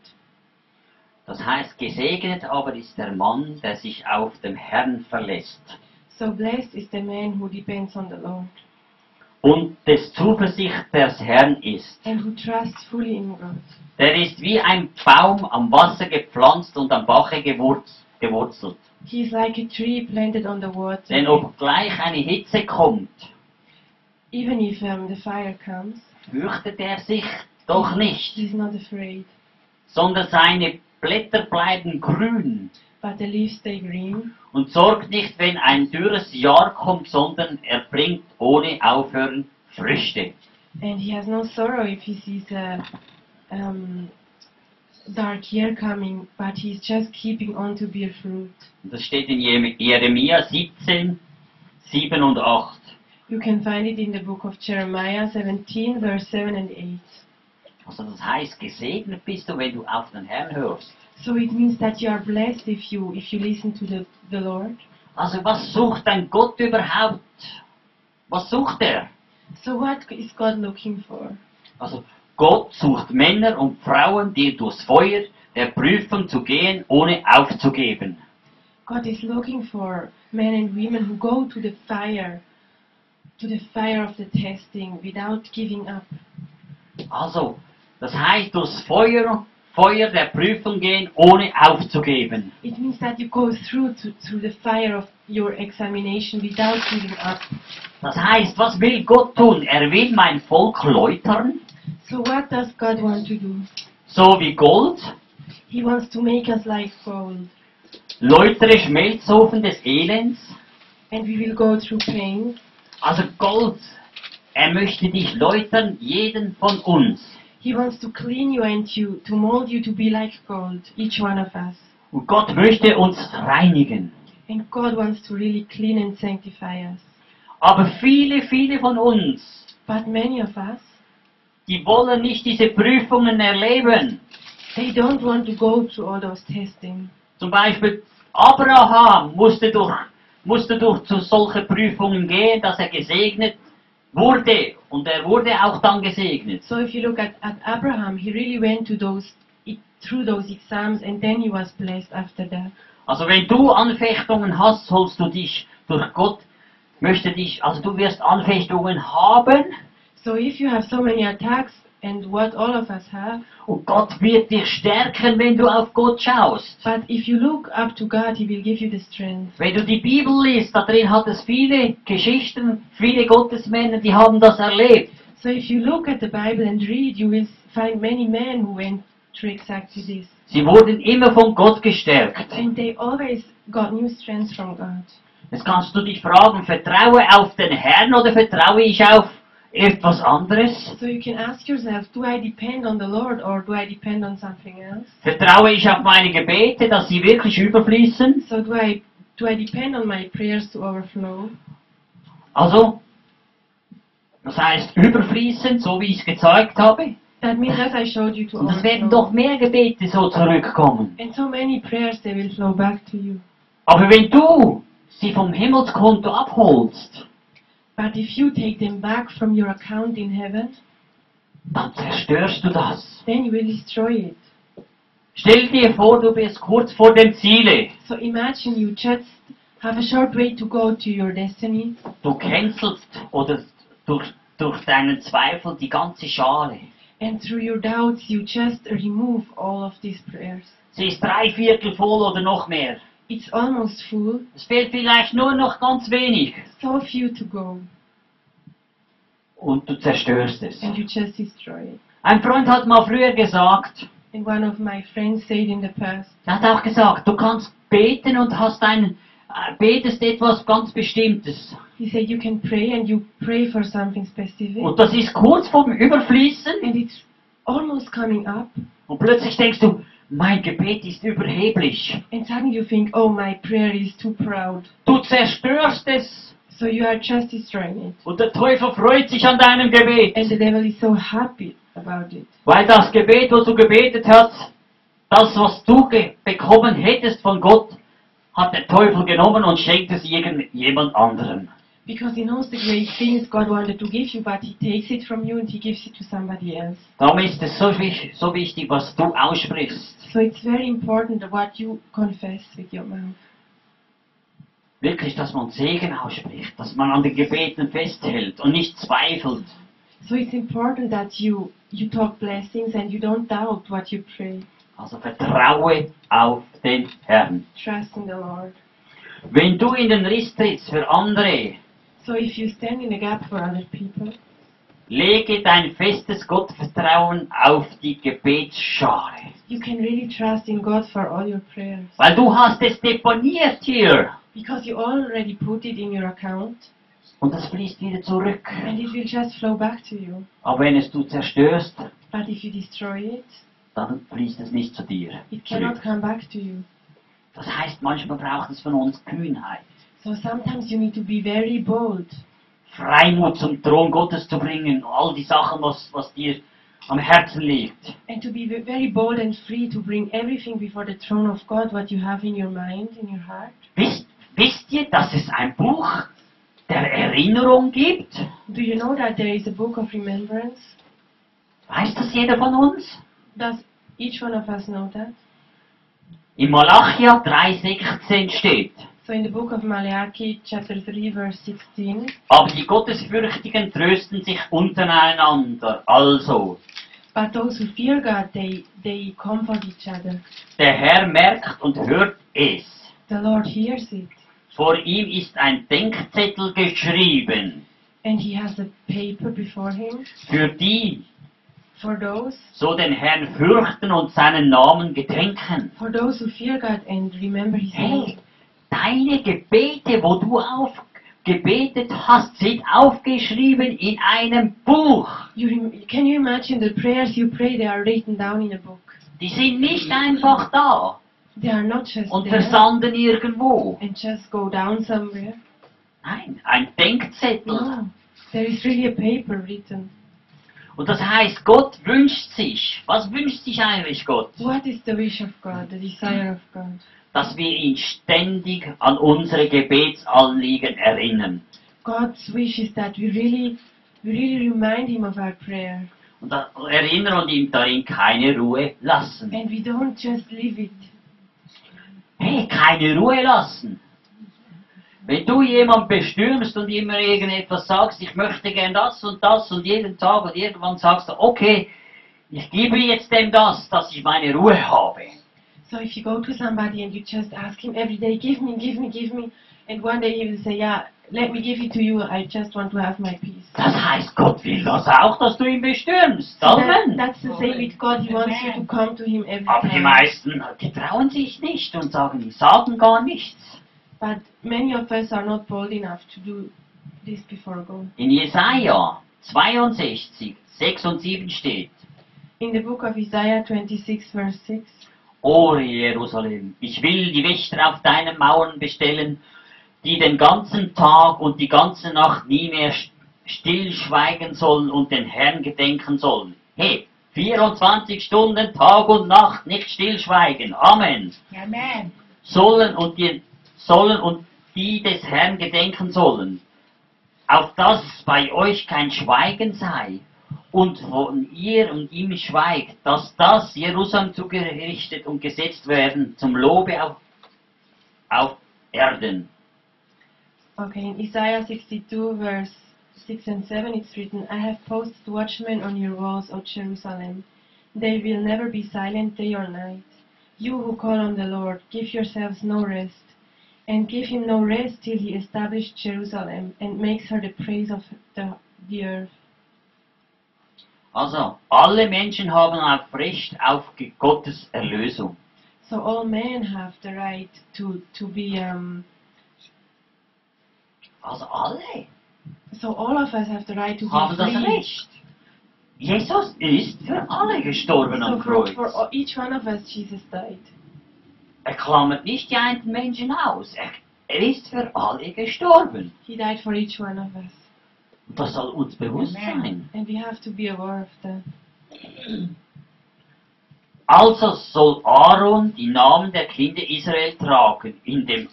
Speaker 3: Das heißt, gesegnet aber ist der Mann, der sich auf den Herrn verlässt
Speaker 4: So blessed is the man who depends on the Lord
Speaker 3: und des Zuversicht des Herrn ist.
Speaker 4: and who trusts fully in God.
Speaker 3: Der ist wie ein Baum am Wasser gepflanzt und am Bache gewurz- gewurzelt.
Speaker 4: He is like a tree planted on the water.
Speaker 3: Denn obgleich eine Hitze kommt,
Speaker 4: Even if um, the fire comes,
Speaker 3: fürchtet er sich doch nicht,
Speaker 4: he is not afraid.
Speaker 3: sondern seine Blätter bleiben grün
Speaker 4: But the leaves stay green.
Speaker 3: und sorgt nicht, wenn ein dürres Jahr kommt, sondern er bringt ohne Aufhören Früchte.
Speaker 4: And he has no sorrow if he sees a um, dark year coming, but he's just keeping on to bear fruit.
Speaker 3: Und das steht in Jem- Jeremia 17, 7 und 8.
Speaker 4: You can find it in the book of Jeremiah 17, verse 7 and 8.
Speaker 3: Also das heißt, gesegnet bist du, wenn du auf den Herrn hörst.
Speaker 4: So it means that you are blessed if you if you listen to the, the Lord.
Speaker 3: Also was sucht ein Gott überhaupt? Was sucht er?
Speaker 4: So what is God looking for?
Speaker 3: Also Gott sucht Männer und Frauen, die durchs Feuer der Prüfung zu gehen, ohne aufzugeben.
Speaker 4: God is looking for men and women who go to the fire, to the fire of the testing without giving up.
Speaker 3: Also, das heißt durchs Feuer, Feuer der Prüfung gehen, ohne aufzugeben.
Speaker 4: It means that you go through to, through the fire of your examination without giving up.
Speaker 3: Das heißt, was will Gott tun? Er will mein Volk läutern,
Speaker 4: So what does God want to do?
Speaker 3: so wie Gold.
Speaker 4: He wants to make us like gold,
Speaker 3: Läutere Schmelzofen des Elends.
Speaker 4: and we will go through pain.
Speaker 3: Also Gold, er möchte dich läutern, jeden von uns.
Speaker 4: He wants to clean you and you to mold you to be like gold, each one of us.
Speaker 3: Und Gott möchte uns reinigen.
Speaker 4: And God wants to really clean and sanctify us.
Speaker 3: Aber viele, viele von uns
Speaker 4: But many of us,
Speaker 3: Die wollen nicht diese Prüfungen erleben.
Speaker 4: they don't want to go through all those testing.
Speaker 3: Zum Beispiel Abraham musste durch, musste durch zu solchen Prüfungen gehen, dass er gesegnet wurde. Und er wurde auch dann gesegnet.
Speaker 4: So if you look at, at Abraham, he really went to those through those exams and then he was blessed after that.
Speaker 3: Also wenn du Anfechtungen hast, sollst du dich durch Gott, möchte dich, also du wirst Anfechtungen haben,
Speaker 4: So if you have so many attacks and what all of us have,
Speaker 3: Und Gott wird dich stärken, wenn du auf Gott schaust.
Speaker 4: but if you look up to God, He will give you the strength.
Speaker 3: Wenn du die Bibel liest, da drin hat es viele Geschichten, viele Gottesmänner, die haben das erlebt.
Speaker 4: So if you look at the Bible and read, you will find many men who went through exactly this.
Speaker 3: Sie wurden immer von Gott gestärkt.
Speaker 4: And they always got new strength from God.
Speaker 3: Jetzt kannst du dich fragen, vertraue auf den Herrn oder vertraue ich auf etwas anderes?
Speaker 4: So you can ask yourself, do I depend on the Lord or do I depend on something else?
Speaker 3: Vertraue ich auf meine Gebete, dass sie wirklich überfließen?
Speaker 4: So do I do I depend on my prayers to overflow?
Speaker 3: Also, das heißt überfließen, so wie ich es gezeigt habe.
Speaker 4: That means that I showed you to
Speaker 3: Und es werden doch
Speaker 4: overflow.
Speaker 3: mehr Gebete so zurückkommen.
Speaker 4: And so many prayers they will flow back to you.
Speaker 3: Aber wenn du sie vom Himmelskonto abholst,
Speaker 4: But if you take them back from your account in heaven,
Speaker 3: dann zerstörst du das.
Speaker 4: then you will destroy it.
Speaker 3: Stell dir vor, du bist kurz vor dem Ziele.
Speaker 4: So imagine you just have a short way to go to your destiny.
Speaker 3: Du cancelst oder durch, durch deinen Zweifel die ganze Schale.
Speaker 4: And through your doubts, you just remove all of these prayers.
Speaker 3: Sie ist drei Viertel voll oder noch mehr.
Speaker 4: It's almost full,
Speaker 3: Es fehlt vielleicht nur noch ganz wenig.
Speaker 4: so few to go,
Speaker 3: Und du zerstörst es.
Speaker 4: and you just destroy it.
Speaker 3: Ein Freund hat mal früher gesagt,
Speaker 4: And one of my friends said in the past,
Speaker 3: er hat auch gesagt, du kannst beten und hast ein, äh, betest etwas ganz Bestimmtes.
Speaker 4: he said you can pray and you pray for something specific,
Speaker 3: Und das ist kurz vorm Überfließen.
Speaker 4: and it's almost coming up,
Speaker 3: Und plötzlich denkst du, mein Gebet ist überheblich.
Speaker 4: and suddenly you think, oh, my prayer is too proud.
Speaker 3: Du zerstörst es.
Speaker 4: So you are just destroying it.
Speaker 3: Und der Teufel freut sich an deinem Gebet.
Speaker 4: And the devil is so happy about it.
Speaker 3: Weil das Gebet, wo du gebetet hast, das, was du ge- bekommen hättest von Gott, hat der Teufel genommen und schenkt es irgendjemand anderem.
Speaker 4: Because he knows the great things God wanted to give you, but he takes it from you and he gives it to somebody else.
Speaker 3: Darum ist es so, wich- so wichtig, was du aussprichst.
Speaker 4: So it's very important what you confess with your mouth.
Speaker 3: Wirklich, dass man Segen ausspricht, dass man an den Gebeten festhält und nicht zweifelt.
Speaker 4: So it's important that you, you talk blessings and you don't doubt what you pray.
Speaker 3: Also vertraue auf den Herrn.
Speaker 4: Trust in the Lord.
Speaker 3: Wenn du in den Riss trittst für andere,
Speaker 4: So if you stand in the gap for other people,
Speaker 3: lege dein festes Gottvertrauen auf die Gebetsschare.
Speaker 4: you can really trust in God for all your prayers.
Speaker 3: Weil du hast es deponiert hier.
Speaker 4: Because you already put it in your account
Speaker 3: Und das fließt wieder zurück.
Speaker 4: and it will just flow back to you.
Speaker 3: Aber wenn es du zerstörst,
Speaker 4: But if you destroy it,
Speaker 3: dann fließt es nicht zu dir.
Speaker 4: it
Speaker 3: Zurück.
Speaker 4: cannot come back to you.
Speaker 3: Das heißt, manchmal braucht es von uns Kühnheit.
Speaker 4: So sometimes you need to be very bold
Speaker 3: Freimut zum Thron Gottes zu bringen. All die Sachen, was, was dir am Herzen liegt.
Speaker 4: and to be ve- very bold and free to bring everything before the throne of God, what you have in your mind, in your heart.
Speaker 3: Wisst, wisst ihr, dass es ein Buch der Erinnerung gibt?
Speaker 4: Do you know that there is a book of remembrance?
Speaker 3: Weiß das jeder von uns?
Speaker 4: Does each one of us know that?
Speaker 3: In Malachia 3,16 steht,
Speaker 4: So in the book of Malachi, chapter 3, verse 16,
Speaker 3: aber die Gottesfürchtigen trösten sich untereinander. Also,
Speaker 4: but those who fear God, they, they comfort each other.
Speaker 3: Der Herr merkt und hört es.
Speaker 4: The Lord hears it,
Speaker 3: Vor ihm ist ein Denkzettel geschrieben.
Speaker 4: and He has a paper before Him
Speaker 3: Für die,
Speaker 4: for those,
Speaker 3: so den Herrn fürchten und seinen Namen gedenken.
Speaker 4: for those who fear God and remember His
Speaker 3: Hey,
Speaker 4: name.
Speaker 3: deine Gebete, wo du aufgebetet hast, sind aufgeschrieben in einem Buch.
Speaker 4: You rem- can you imagine the prayers you pray? They are written down in a book.
Speaker 3: Die sind nicht einfach da
Speaker 4: They are not just
Speaker 3: und
Speaker 4: there
Speaker 3: versanden irgendwo.
Speaker 4: and just go down somewhere.
Speaker 3: Nein, ein Denkzettel.
Speaker 4: No, there is really a paper written.
Speaker 3: Und das heißt, Gott wünscht sich. Was wünscht sich eigentlich Gott?
Speaker 4: What is the wish of God, the desire of God?
Speaker 3: dass wir ihn ständig an unsere Gebetsanliegen erinnern.
Speaker 4: God's wish is that we really, we really remind Him of our prayer
Speaker 3: Und da- erinnern und ihm darin keine Ruhe lassen.
Speaker 4: and we don't just leave it.
Speaker 3: Hey, keine Ruhe lassen. Wenn du jemand bestürmst und immer irgendetwas sagst, ich möchte gern das und das und jeden Tag und irgendwann sagst du, okay, ich gebe jetzt dem das, dass ich meine Ruhe habe.
Speaker 4: So if you go to somebody and you just ask him every day, give me, give me, give me, and one day he will say, yeah, let me give it to you. I just want to have my peace.
Speaker 3: Das heißt, Gott will das auch, dass du ihn bestürmst.
Speaker 4: So that-
Speaker 3: Amen.
Speaker 4: that's the same with God. He wants you to come to Him every
Speaker 3: Aber die
Speaker 4: time.
Speaker 3: meisten, die trauen sich nicht und sagen, die sagen gar nichts.
Speaker 4: But many of us are not bold enough to do this before God.
Speaker 3: In Jesaja 62, 6 und 7 steht,
Speaker 4: In the book of Isaiah 26, verse 6,
Speaker 3: O Jerusalem, ich will die Wächter auf deinen Mauern bestellen, die den ganzen Tag und die ganze Nacht nie mehr st- stillschweigen sollen und den Herrn gedenken sollen. Hey, 24 Stunden Tag und Nacht nicht stillschweigen. Amen.
Speaker 2: Amen.
Speaker 3: Sollen und die, sollen und die des Herrn gedenken sollen. Auf dass bei euch kein Schweigen sei und von ihr und ihm schweigt, dass das Jerusalem zugerichtet und gesetzt werden zum Lobe auf, auf Erden.
Speaker 4: okay, in Isaiah 62, verse 6 and 7, it's written, I have posted watchmen on your walls, O Jerusalem. They will never be silent day or night. You who call on the Lord, give yourselves no rest, and give him no rest till he establishes Jerusalem and makes her the praise of the, the earth.
Speaker 3: Also, alle Menschen haben auf Recht auf Ge- Gottes Erlösung.
Speaker 4: So all men have the right to to be. Um,
Speaker 3: Also alle
Speaker 4: so all of us have the right to
Speaker 3: haben
Speaker 4: be
Speaker 3: das
Speaker 4: free.
Speaker 3: Recht. Jesus ist für alle gestorben
Speaker 4: So
Speaker 3: am
Speaker 4: for,
Speaker 3: Kreuz.
Speaker 4: for all- each one of us, Jesus died.
Speaker 3: Er klammert nicht die einzelnen Menschen aus. Er, er ist für alle gestorben.
Speaker 4: He died for each one of us,
Speaker 3: Und das soll uns bewusst
Speaker 2: Amen.
Speaker 3: sein.
Speaker 4: and we have to be aware of that.
Speaker 3: Also soll Aaron die Namen der Kinder Israel tragen in dem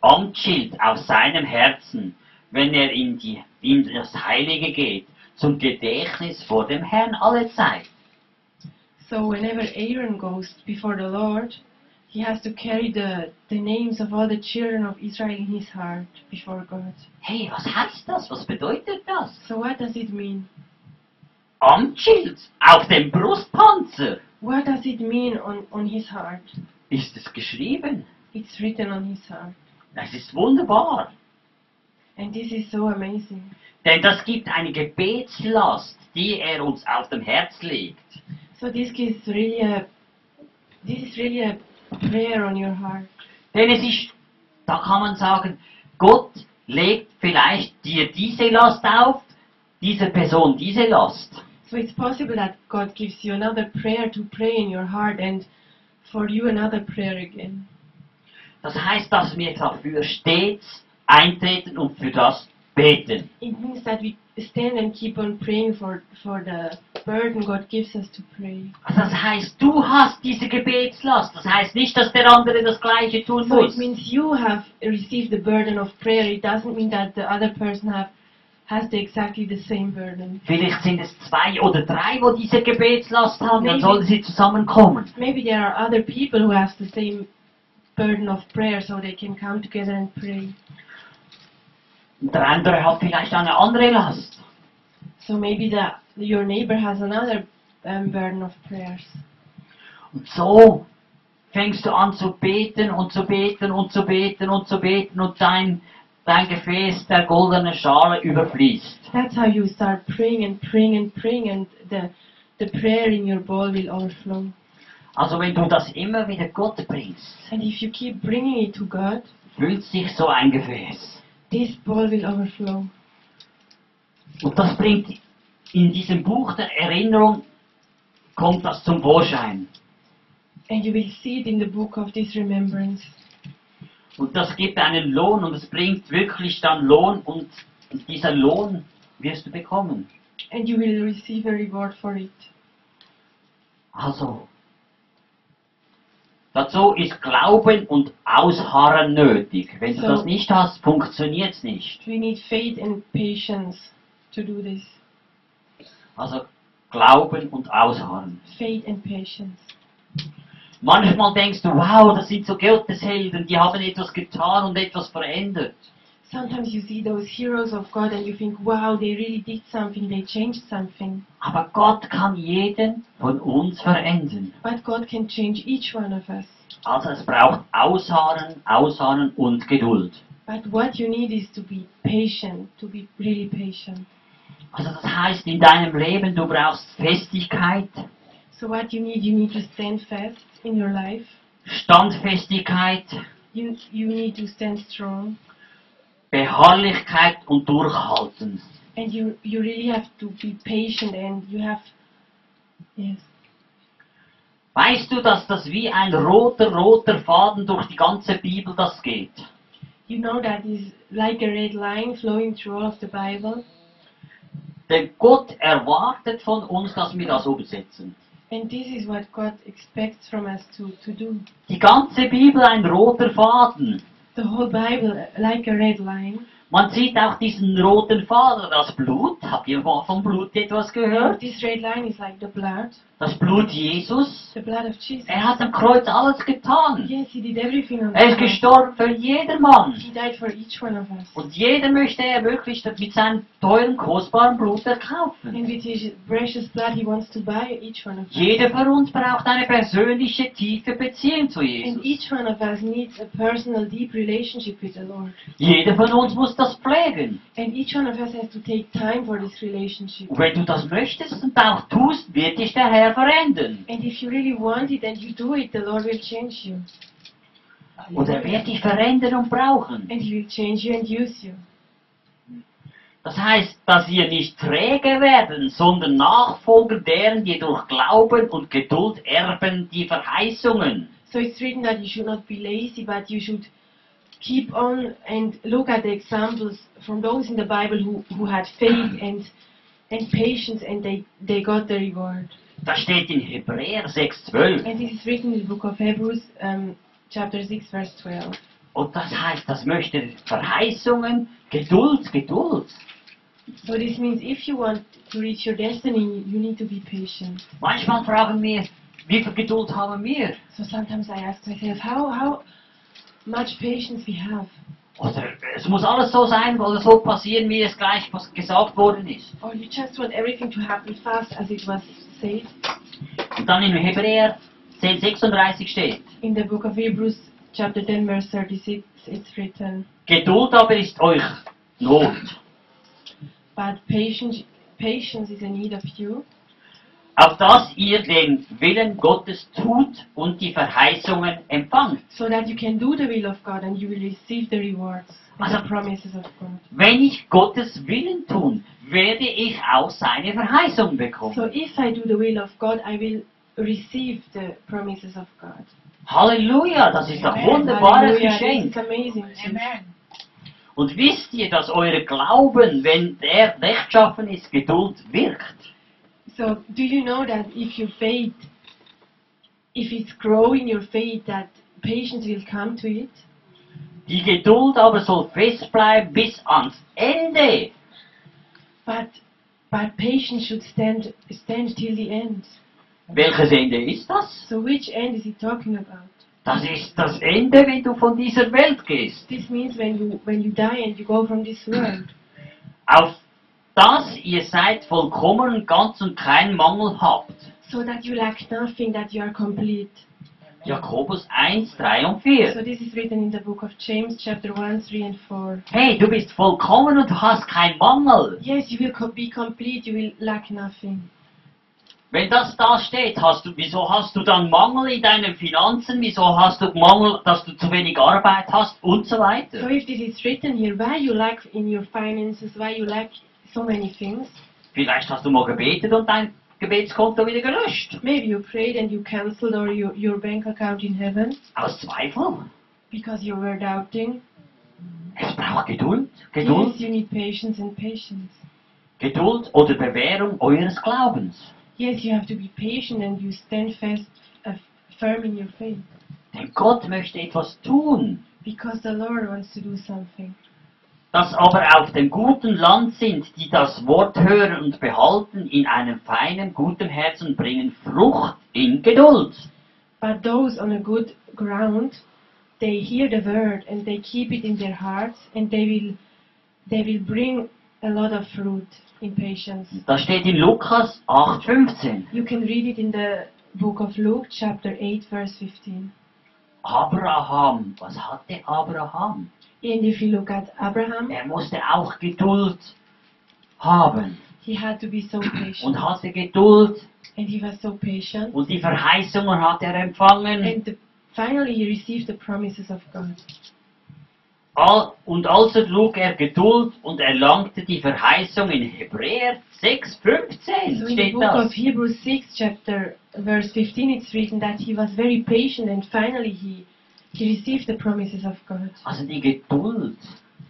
Speaker 3: Amtsschild auf seinem Herzen, wenn er in, die, in das Heilige geht, zum Gedächtnis vor dem Herrn alle Zeit.
Speaker 4: So whenever Aaron goes before the Lord, he has to carry the the names of all the children of Israel in his heart before God.
Speaker 3: Hey, was heißt das? Was bedeutet das?
Speaker 4: So what does it mean?
Speaker 3: Amtsschild auf dem Brustpanzer
Speaker 4: What does it mean on on his heart?
Speaker 3: ist es geschrieben.
Speaker 4: It's written on his heart,
Speaker 3: Das ist wunderbar.
Speaker 4: and this is so amazing.
Speaker 3: Denn das gibt eine Gebetslast, die er uns auf dem Herz legt.
Speaker 4: So this is really a this is really a prayer on your heart.
Speaker 3: Denn es ist, da kann man sagen, Gott legt vielleicht dir diese Last auf, dieser Person diese Last.
Speaker 4: So it's possible that God gives you another prayer to pray in your heart and for you another prayer again.
Speaker 3: Das heißt, dass wir dafür stets eintreten und für das beten.
Speaker 4: It means that we stand and keep on praying for, for the burden God gives us to pray.
Speaker 3: Also Das heißt, du hast diese Gebetslast. Das heißt nicht, dass der andere das Gleiche tun
Speaker 4: So
Speaker 3: muss.
Speaker 4: it means you have received the burden of prayer. It doesn't mean that the other person have has the exactly the same burden.
Speaker 3: Vielleicht sind es zwei oder drei, wo diese Gebetslast haben. Dann
Speaker 4: Maybe.
Speaker 3: sollen sie zusammenkommen.
Speaker 4: Maybe there are other people who have the same burden of prayer so they can come together and pray.
Speaker 3: Und Der andere hat vielleicht eine andere Last.
Speaker 4: So maybe the, your neighbor has another um, burden of prayers.
Speaker 3: Und so fängst du an zu beten und zu beten und zu beten und zu beten und dein, dein Gefäß der goldenen Schale überfließt.
Speaker 4: That's how you start praying and praying and praying, and the, the prayer in your bowl will overflow.
Speaker 3: Also wenn du das immer wieder Gott bringst,
Speaker 4: And if you keep bringing it to God,
Speaker 3: füllt sich so ein Gefäß.
Speaker 4: this bowl will overflow.
Speaker 3: Und das bringt in diesem Buch der Erinnerung, kommt das zum Vorschein.
Speaker 4: And you will see it in the book of this remembrance.
Speaker 3: Und das gibt einen Lohn und es bringt wirklich dann Lohn und dieser Lohn wirst du bekommen.
Speaker 4: And you will receive a reward for it.
Speaker 3: Also, dazu ist Glauben und Ausharren nötig. Wenn du
Speaker 4: So.
Speaker 3: das nicht hast, funktioniert's nicht.
Speaker 4: We need faith and patience to do this.
Speaker 3: Also, Glauben und Ausharren.
Speaker 4: Faith and patience.
Speaker 3: Manchmal denkst du, wow, das sind so Gotteshelden, die haben etwas getan und etwas verändert.
Speaker 4: Sometimes you see those heroes of God and you think, wow, they really did something, they changed something.
Speaker 3: Aber Gott kann jeden von uns verändern.
Speaker 4: But God can change each one of us.
Speaker 3: Also es braucht Ausharren, Ausharren und Geduld.
Speaker 4: But what you need is to be patient, to be really patient.
Speaker 3: Also das heißt, in deinem Leben, du brauchst Festigkeit,
Speaker 4: So what you need, you need to stand fast in your life.
Speaker 3: Standfestigkeit,
Speaker 4: You, you need to stand strong
Speaker 3: Beharrlichkeit und Durchhalten.
Speaker 4: and you, you really have to be patient and you have, yes.
Speaker 3: Weißt du, dass das wie ein roter, roter Faden durch die ganze Bibel das geht?
Speaker 4: You know that is like a red line flowing through all of the Bible
Speaker 3: Denn Gott erwartet von uns, dass wir das umsetzen.
Speaker 4: and this is what God expects from us to, to do.
Speaker 3: Die ganze Bibel ein roter Faden.
Speaker 4: The whole Bible uh, like a red line.
Speaker 3: Man sieht auch diesen roten Faden, das Blut. Habt ihr mal vom Blut etwas
Speaker 4: And
Speaker 3: gehört?
Speaker 4: this red line is like the blood,
Speaker 3: Das Blut Jesus.
Speaker 4: the blood of Jesus.
Speaker 3: Er hat am Kreuz alles getan.
Speaker 4: Yes, he did everything on the
Speaker 3: Er ist
Speaker 4: cross.
Speaker 3: gestorben für jedermann.
Speaker 4: He died for each one of us.
Speaker 3: Und jeder möchte er möglichst mit seinem teuren, kostbaren Blut erkaufen.
Speaker 4: And with his precious blood, he wants to buy each one of us.
Speaker 3: Jeder von uns braucht eine persönliche, tiefe Beziehung zu
Speaker 4: And
Speaker 3: Jesus.
Speaker 4: each one of us needs a personal, deep relationship with the Lord.
Speaker 3: Jeder von uns muss das pflegen.
Speaker 4: And each one of us has to take time for this relationship.
Speaker 3: Und wenn du das möchtest und auch tust, wird dich der Herr verändern.
Speaker 4: And if you really want it and you do it, the Lord will change you.
Speaker 3: Und er wird dich verändern und brauchen.
Speaker 4: And He will change you and use you.
Speaker 3: Das heißt, dass ihr nicht träge werden, sondern Nachfolger deren, die durch Glauben und Geduld erben die Verheißungen.
Speaker 4: So it's written that you should not be lazy, but you should keep on and look at the examples from those in the Bible who, who had faith and and patience and they, they got the reward.
Speaker 3: Das steht in Hebräer 6,12.
Speaker 4: And this is written in the book of Hebrews, um, chapter 6, verse 12.
Speaker 3: Und das heißt, das möchte Verheißungen, Geduld, Geduld.
Speaker 4: So this means if you want to reach your destiny, you need to be patient.
Speaker 3: Manchmal fragen wir, wie viel Geduld haben wir?
Speaker 4: So sometimes I ask myself, how, how much patience we have?
Speaker 3: Oder es muss alles so sein oder so passieren, wie es gleich was gesagt worden ist.
Speaker 4: Or you just want everything to happen fast as it was said
Speaker 3: Und dann in Hebräer 10,36 steht,
Speaker 4: in the book of Hebrews, chapter 10, verse 36. It's written,
Speaker 3: Geduld aber ist euch Not.
Speaker 4: but patience, patience is a need of you,
Speaker 3: Auf dass ihr den Willen Gottes tut und die Verheißungen empfangt.
Speaker 4: so that you can do the will of God and you will receive the rewards and the
Speaker 3: Also-
Speaker 4: promises of God.
Speaker 3: Wenn ich Gottes Willen tun, werde ich auch seine Verheißung bekommen.
Speaker 4: So if I do the will of God, I will receive the promises of God.
Speaker 3: Halleluja, das ist ein
Speaker 4: Amen.
Speaker 3: wunderbares
Speaker 4: Hallelujah,
Speaker 3: Geschenk.
Speaker 4: This is amazing.
Speaker 2: Amen.
Speaker 3: Und wisst ihr, dass euer Glauben, wenn er rechtschaffen ist, Geduld wirkt?
Speaker 4: So, do you know that if your faith, if it's growing your faith, that patience will come to it?
Speaker 3: Die Geduld aber soll fest bleiben bis ans Ende.
Speaker 4: But, but patience should stand, stand till the end.
Speaker 3: Welches Ende ist das?
Speaker 4: So, which end is he talking about?
Speaker 3: Das ist das Ende, wenn du von dieser Welt gehst.
Speaker 4: This means when you, when you die and you go from this world.
Speaker 3: Auf das ihr seid vollkommen und ganz und keinen Mangel habt.
Speaker 4: So that you lack nothing, that you are complete.
Speaker 3: Jakobus 1, 3 und 4.
Speaker 4: So this is written in the book of James, chapter 1, 3 and 4.
Speaker 3: Hey, du bist vollkommen und du hast keinen Mangel.
Speaker 4: Yes, you will co- be complete, you will lack nothing.
Speaker 3: Wenn das da steht, hast du, wieso hast du dann Mangel in deinen Finanzen? Wieso hast du Mangel, dass du zu wenig Arbeit hast und so
Speaker 4: So
Speaker 3: weiter?
Speaker 4: if this is written here, why you lack in your finances, why you lack so many things,
Speaker 3: Vielleicht hast du mal gebetet und dein Gebetskonto wieder gelöscht.
Speaker 4: maybe you prayed and you cancelled or you, your bank account in heaven
Speaker 3: Aus Zweifel.
Speaker 4: because you were doubting.
Speaker 3: Es braucht Geduld. Geduld.
Speaker 4: Yes, you need patience and patience.
Speaker 3: Geduld oder Bewährung eures Glaubens.
Speaker 4: Yes, you have to be patient and you stand fast, uh, firm in your faith
Speaker 3: Denn Gott möchte etwas tun,
Speaker 4: because the Lord wants to do something.
Speaker 3: das aber auf dem guten Land sind, die das Wort hören und behalten in einem feinen, guten Herzen bringen Frucht in Geduld.
Speaker 4: But those on a good ground, they hear the word and they keep it in their hearts, and they will, they will bring a lot of fruit in patience.
Speaker 3: Das steht in Lukas 8,15.
Speaker 4: You can read it in the book of Luke, chapter 8, verse 15.
Speaker 3: Abraham, was hatte Abraham?
Speaker 4: And if you look at Abraham,
Speaker 3: Er musste auch Geduld haben
Speaker 4: he had to be so patient.
Speaker 3: und hatte Geduld
Speaker 4: And he was so patient.
Speaker 3: und die Verheißungen hat er empfangen.
Speaker 4: And the, finally, he received the promises of God.
Speaker 3: Al- Und also trug er Geduld und erlangte die Verheißung in Hebräer
Speaker 4: So
Speaker 3: 6,15
Speaker 4: Also in the
Speaker 3: steht
Speaker 4: book of
Speaker 3: das.
Speaker 4: Hebrews 6, chapter verse 15, it's written that he was very patient and finally he, he received the promises of God.
Speaker 3: Also die Geduld.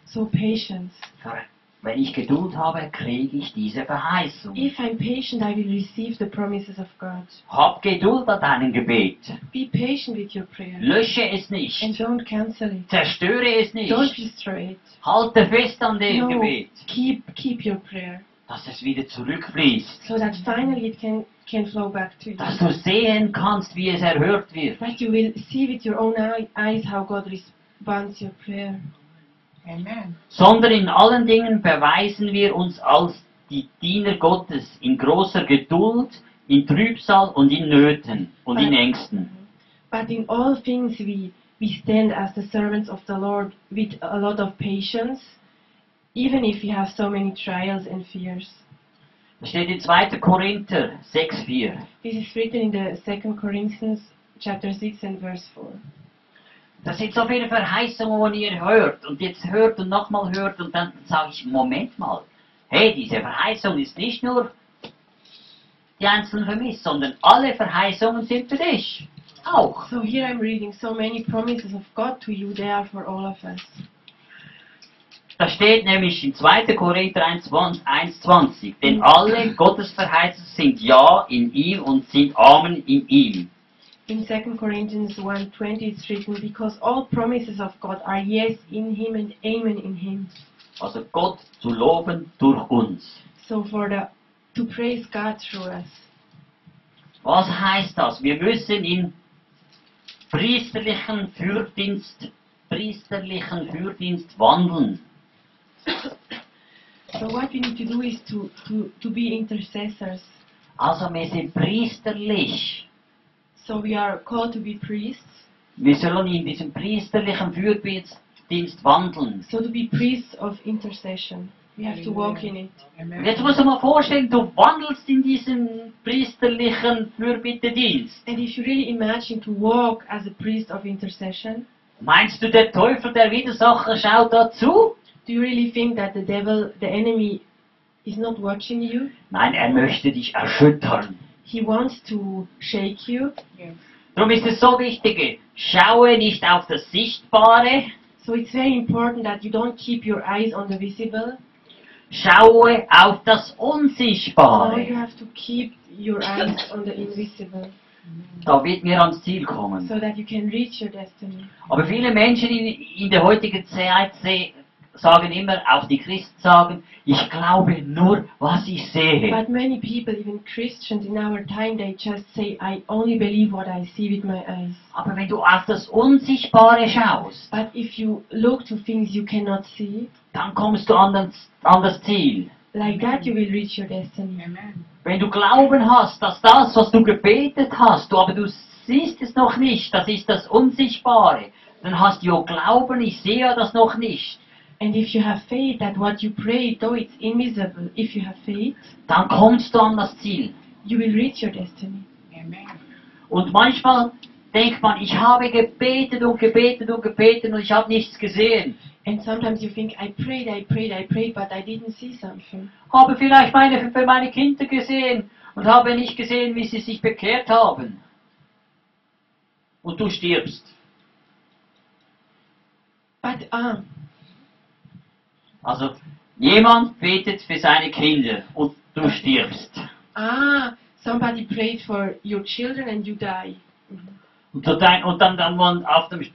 Speaker 4: So patience.
Speaker 3: Ver- Wenn ich Geduld habe, kriege ich diese Verheißung.
Speaker 4: If I'm patient, I will receive the promises of God.
Speaker 3: Hab Geduld an deinem Gebet.
Speaker 4: Be patient with your prayer
Speaker 3: Lösche es
Speaker 4: and
Speaker 3: nicht.
Speaker 4: don't cancel it.
Speaker 3: Zerstöre es
Speaker 4: Don't
Speaker 3: nicht.
Speaker 4: destroy it.
Speaker 3: Halte fest an dem
Speaker 4: No,
Speaker 3: Gebet.
Speaker 4: keep keep your prayer
Speaker 3: dass es wieder zurückfließt,
Speaker 4: so that finally it can can flow back to you.
Speaker 3: dass du sehen kannst, wie es erhört wird.
Speaker 4: That you will see with your own eye, eyes how God responds your prayer.
Speaker 2: Amen.
Speaker 3: Sondern in allen Dingen beweisen wir uns als die Diener Gottes in großer Geduld, in Trübsal und in Nöten und in Ängsten.
Speaker 4: But in all things we we stand as the servants of the Lord with a lot of patience, even if we have so many trials and fears.
Speaker 3: Das steht in 2. Korinther 6,4.
Speaker 4: This is written in the Second Corinthians chapter six and verse four.
Speaker 3: Das sind so viele Verheißungen, die ihr hört und jetzt hört und nochmal hört und dann sage ich, Moment mal, hey, diese Verheißung ist nicht nur die einzelnen für mich, sondern alle Verheißungen sind für dich. Auch.
Speaker 4: So here I'm reading so many promises of God to you. They are for all of us.
Speaker 3: Da steht nämlich in 2. Korinther 1,20, 1,20, denn alle Gottes Verheißungen sind Ja in ihm und sind Amen in ihm.
Speaker 4: In 2 Corinthians 1.20 it's written, Because all promises of God are yes in Him and amen in Him.
Speaker 3: Also Gott zu loben durch uns.
Speaker 4: So for the to praise God through us.
Speaker 3: Was heißt das? Wir müssen im priesterlichen Fürdienst, priesterlichen Fürdienst wandeln.
Speaker 4: So what we need to do is to, to, to be intercessors.
Speaker 3: Also wir sind priesterlich.
Speaker 4: So we are called to be priests.
Speaker 3: Wir sollen in diesem priesterlichen Fürdienst wandeln.
Speaker 4: So to be priests of intercession. We have to walk in it.
Speaker 3: Und
Speaker 2: Amen.
Speaker 3: Jetzt musst du mal vorstellen, du wandelst in diesem priesterlichen Fürbittedienst.
Speaker 4: And if you really imagine to walk as a priest of intercession,
Speaker 3: Meinst du, der Teufel, der Widersacher, schaut da zu?
Speaker 4: do you really think that the devil, the enemy, is not watching you?
Speaker 3: Nein, er möchte dich erschüttern.
Speaker 4: He wants to shake you.
Speaker 2: Yes.
Speaker 3: Darum ist es so wichtig, schaue nicht auf das Sichtbare,
Speaker 4: So it's very important that you don't keep your eyes on the visible.
Speaker 3: schaue auf das
Speaker 4: Or you
Speaker 3: Unsichtbare.
Speaker 4: have to keep your eyes on the invisible
Speaker 3: Da wird mir ans Ziel kommen.
Speaker 4: so that you can reach your destiny.
Speaker 3: Aber viele Menschen in, in der heutigen Zeit se- sagen immer, auch die Christen sagen, ich glaube nur, was ich sehe.
Speaker 4: But many people, even Christians in our time, they just say, I only believe what I see with my eyes.
Speaker 3: Aber wenn du auf das Unsichtbare schaust,
Speaker 4: But if you look to things you cannot see,
Speaker 3: dann kommst du an das, an das Ziel.
Speaker 4: like that you will reach your destiny.
Speaker 2: Amen.
Speaker 3: Wenn du Glauben hast, dass das, was du gebetet hast, du, aber du siehst es noch nicht, das ist das Unsichtbare, dann hast du ja Glauben, ich sehe ja das noch nicht.
Speaker 4: And if you have faith that what you pray, though it's invisible, if you have faith,
Speaker 3: Dann kommst du an das Ziel.
Speaker 4: you will reach your destiny.
Speaker 2: Amen.
Speaker 3: Und manchmal denkt man, ich habe gebetet und gebetet und gebetet und ich habe nichts gesehen.
Speaker 4: And sometimes you think, I prayed, I prayed, I prayed, but I didn't see something.
Speaker 3: Habe vielleicht meine, für meine Kinder gesehen und habe nicht gesehen, wie sie sich bekehrt haben. Und du stirbst.
Speaker 4: But ah,
Speaker 3: Also jemand betet für seine Kinder und du stirbst.
Speaker 4: ah, somebody prayed for your children and you die.
Speaker 3: Und, so dein, und dann, dann man auf dem äh,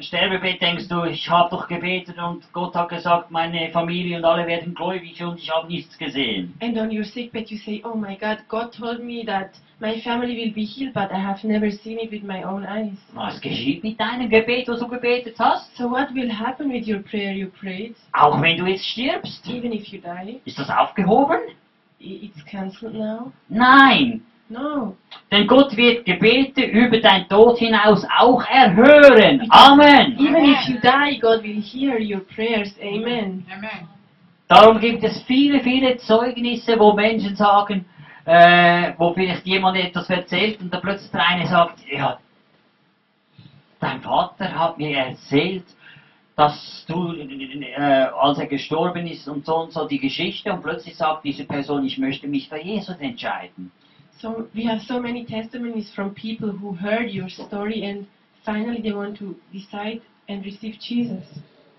Speaker 3: Sterbebett denkst du, ich habe doch gebetet und Gott hat gesagt, meine Familie und alle werden gläubig und ich habe nichts gesehen.
Speaker 4: And on your sickbed, you say, Oh my God, God told me that my family will be healed, but I have never seen it with my own eyes.
Speaker 3: Was geschieht mit deinem Gebet, was du gebetet hast?
Speaker 4: So, what will happen with your prayer you prayed?
Speaker 3: Auch wenn du jetzt stirbst?
Speaker 4: Even if you die,
Speaker 3: Ist das aufgehoben?
Speaker 4: i- it's cancelled now?
Speaker 3: Nein,
Speaker 4: No.
Speaker 3: denn Gott wird Gebete über dein Tod hinaus auch erhören. Amen.
Speaker 4: Even if you die, God will hear your prayers. Amen.
Speaker 2: Amen.
Speaker 3: Darum gibt es viele, viele Zeugnisse, wo Menschen sagen, äh, wo vielleicht jemand etwas erzählt und dann plötzlich der eine sagt, ja, dein Vater hat mir erzählt, dass du, äh, als er gestorben ist und so und so die Geschichte und plötzlich sagt diese Person, ich möchte mich für Jesus entscheiden.
Speaker 4: So, we have so many testimonies from people who heard your story and finally they want to decide and receive Jesus.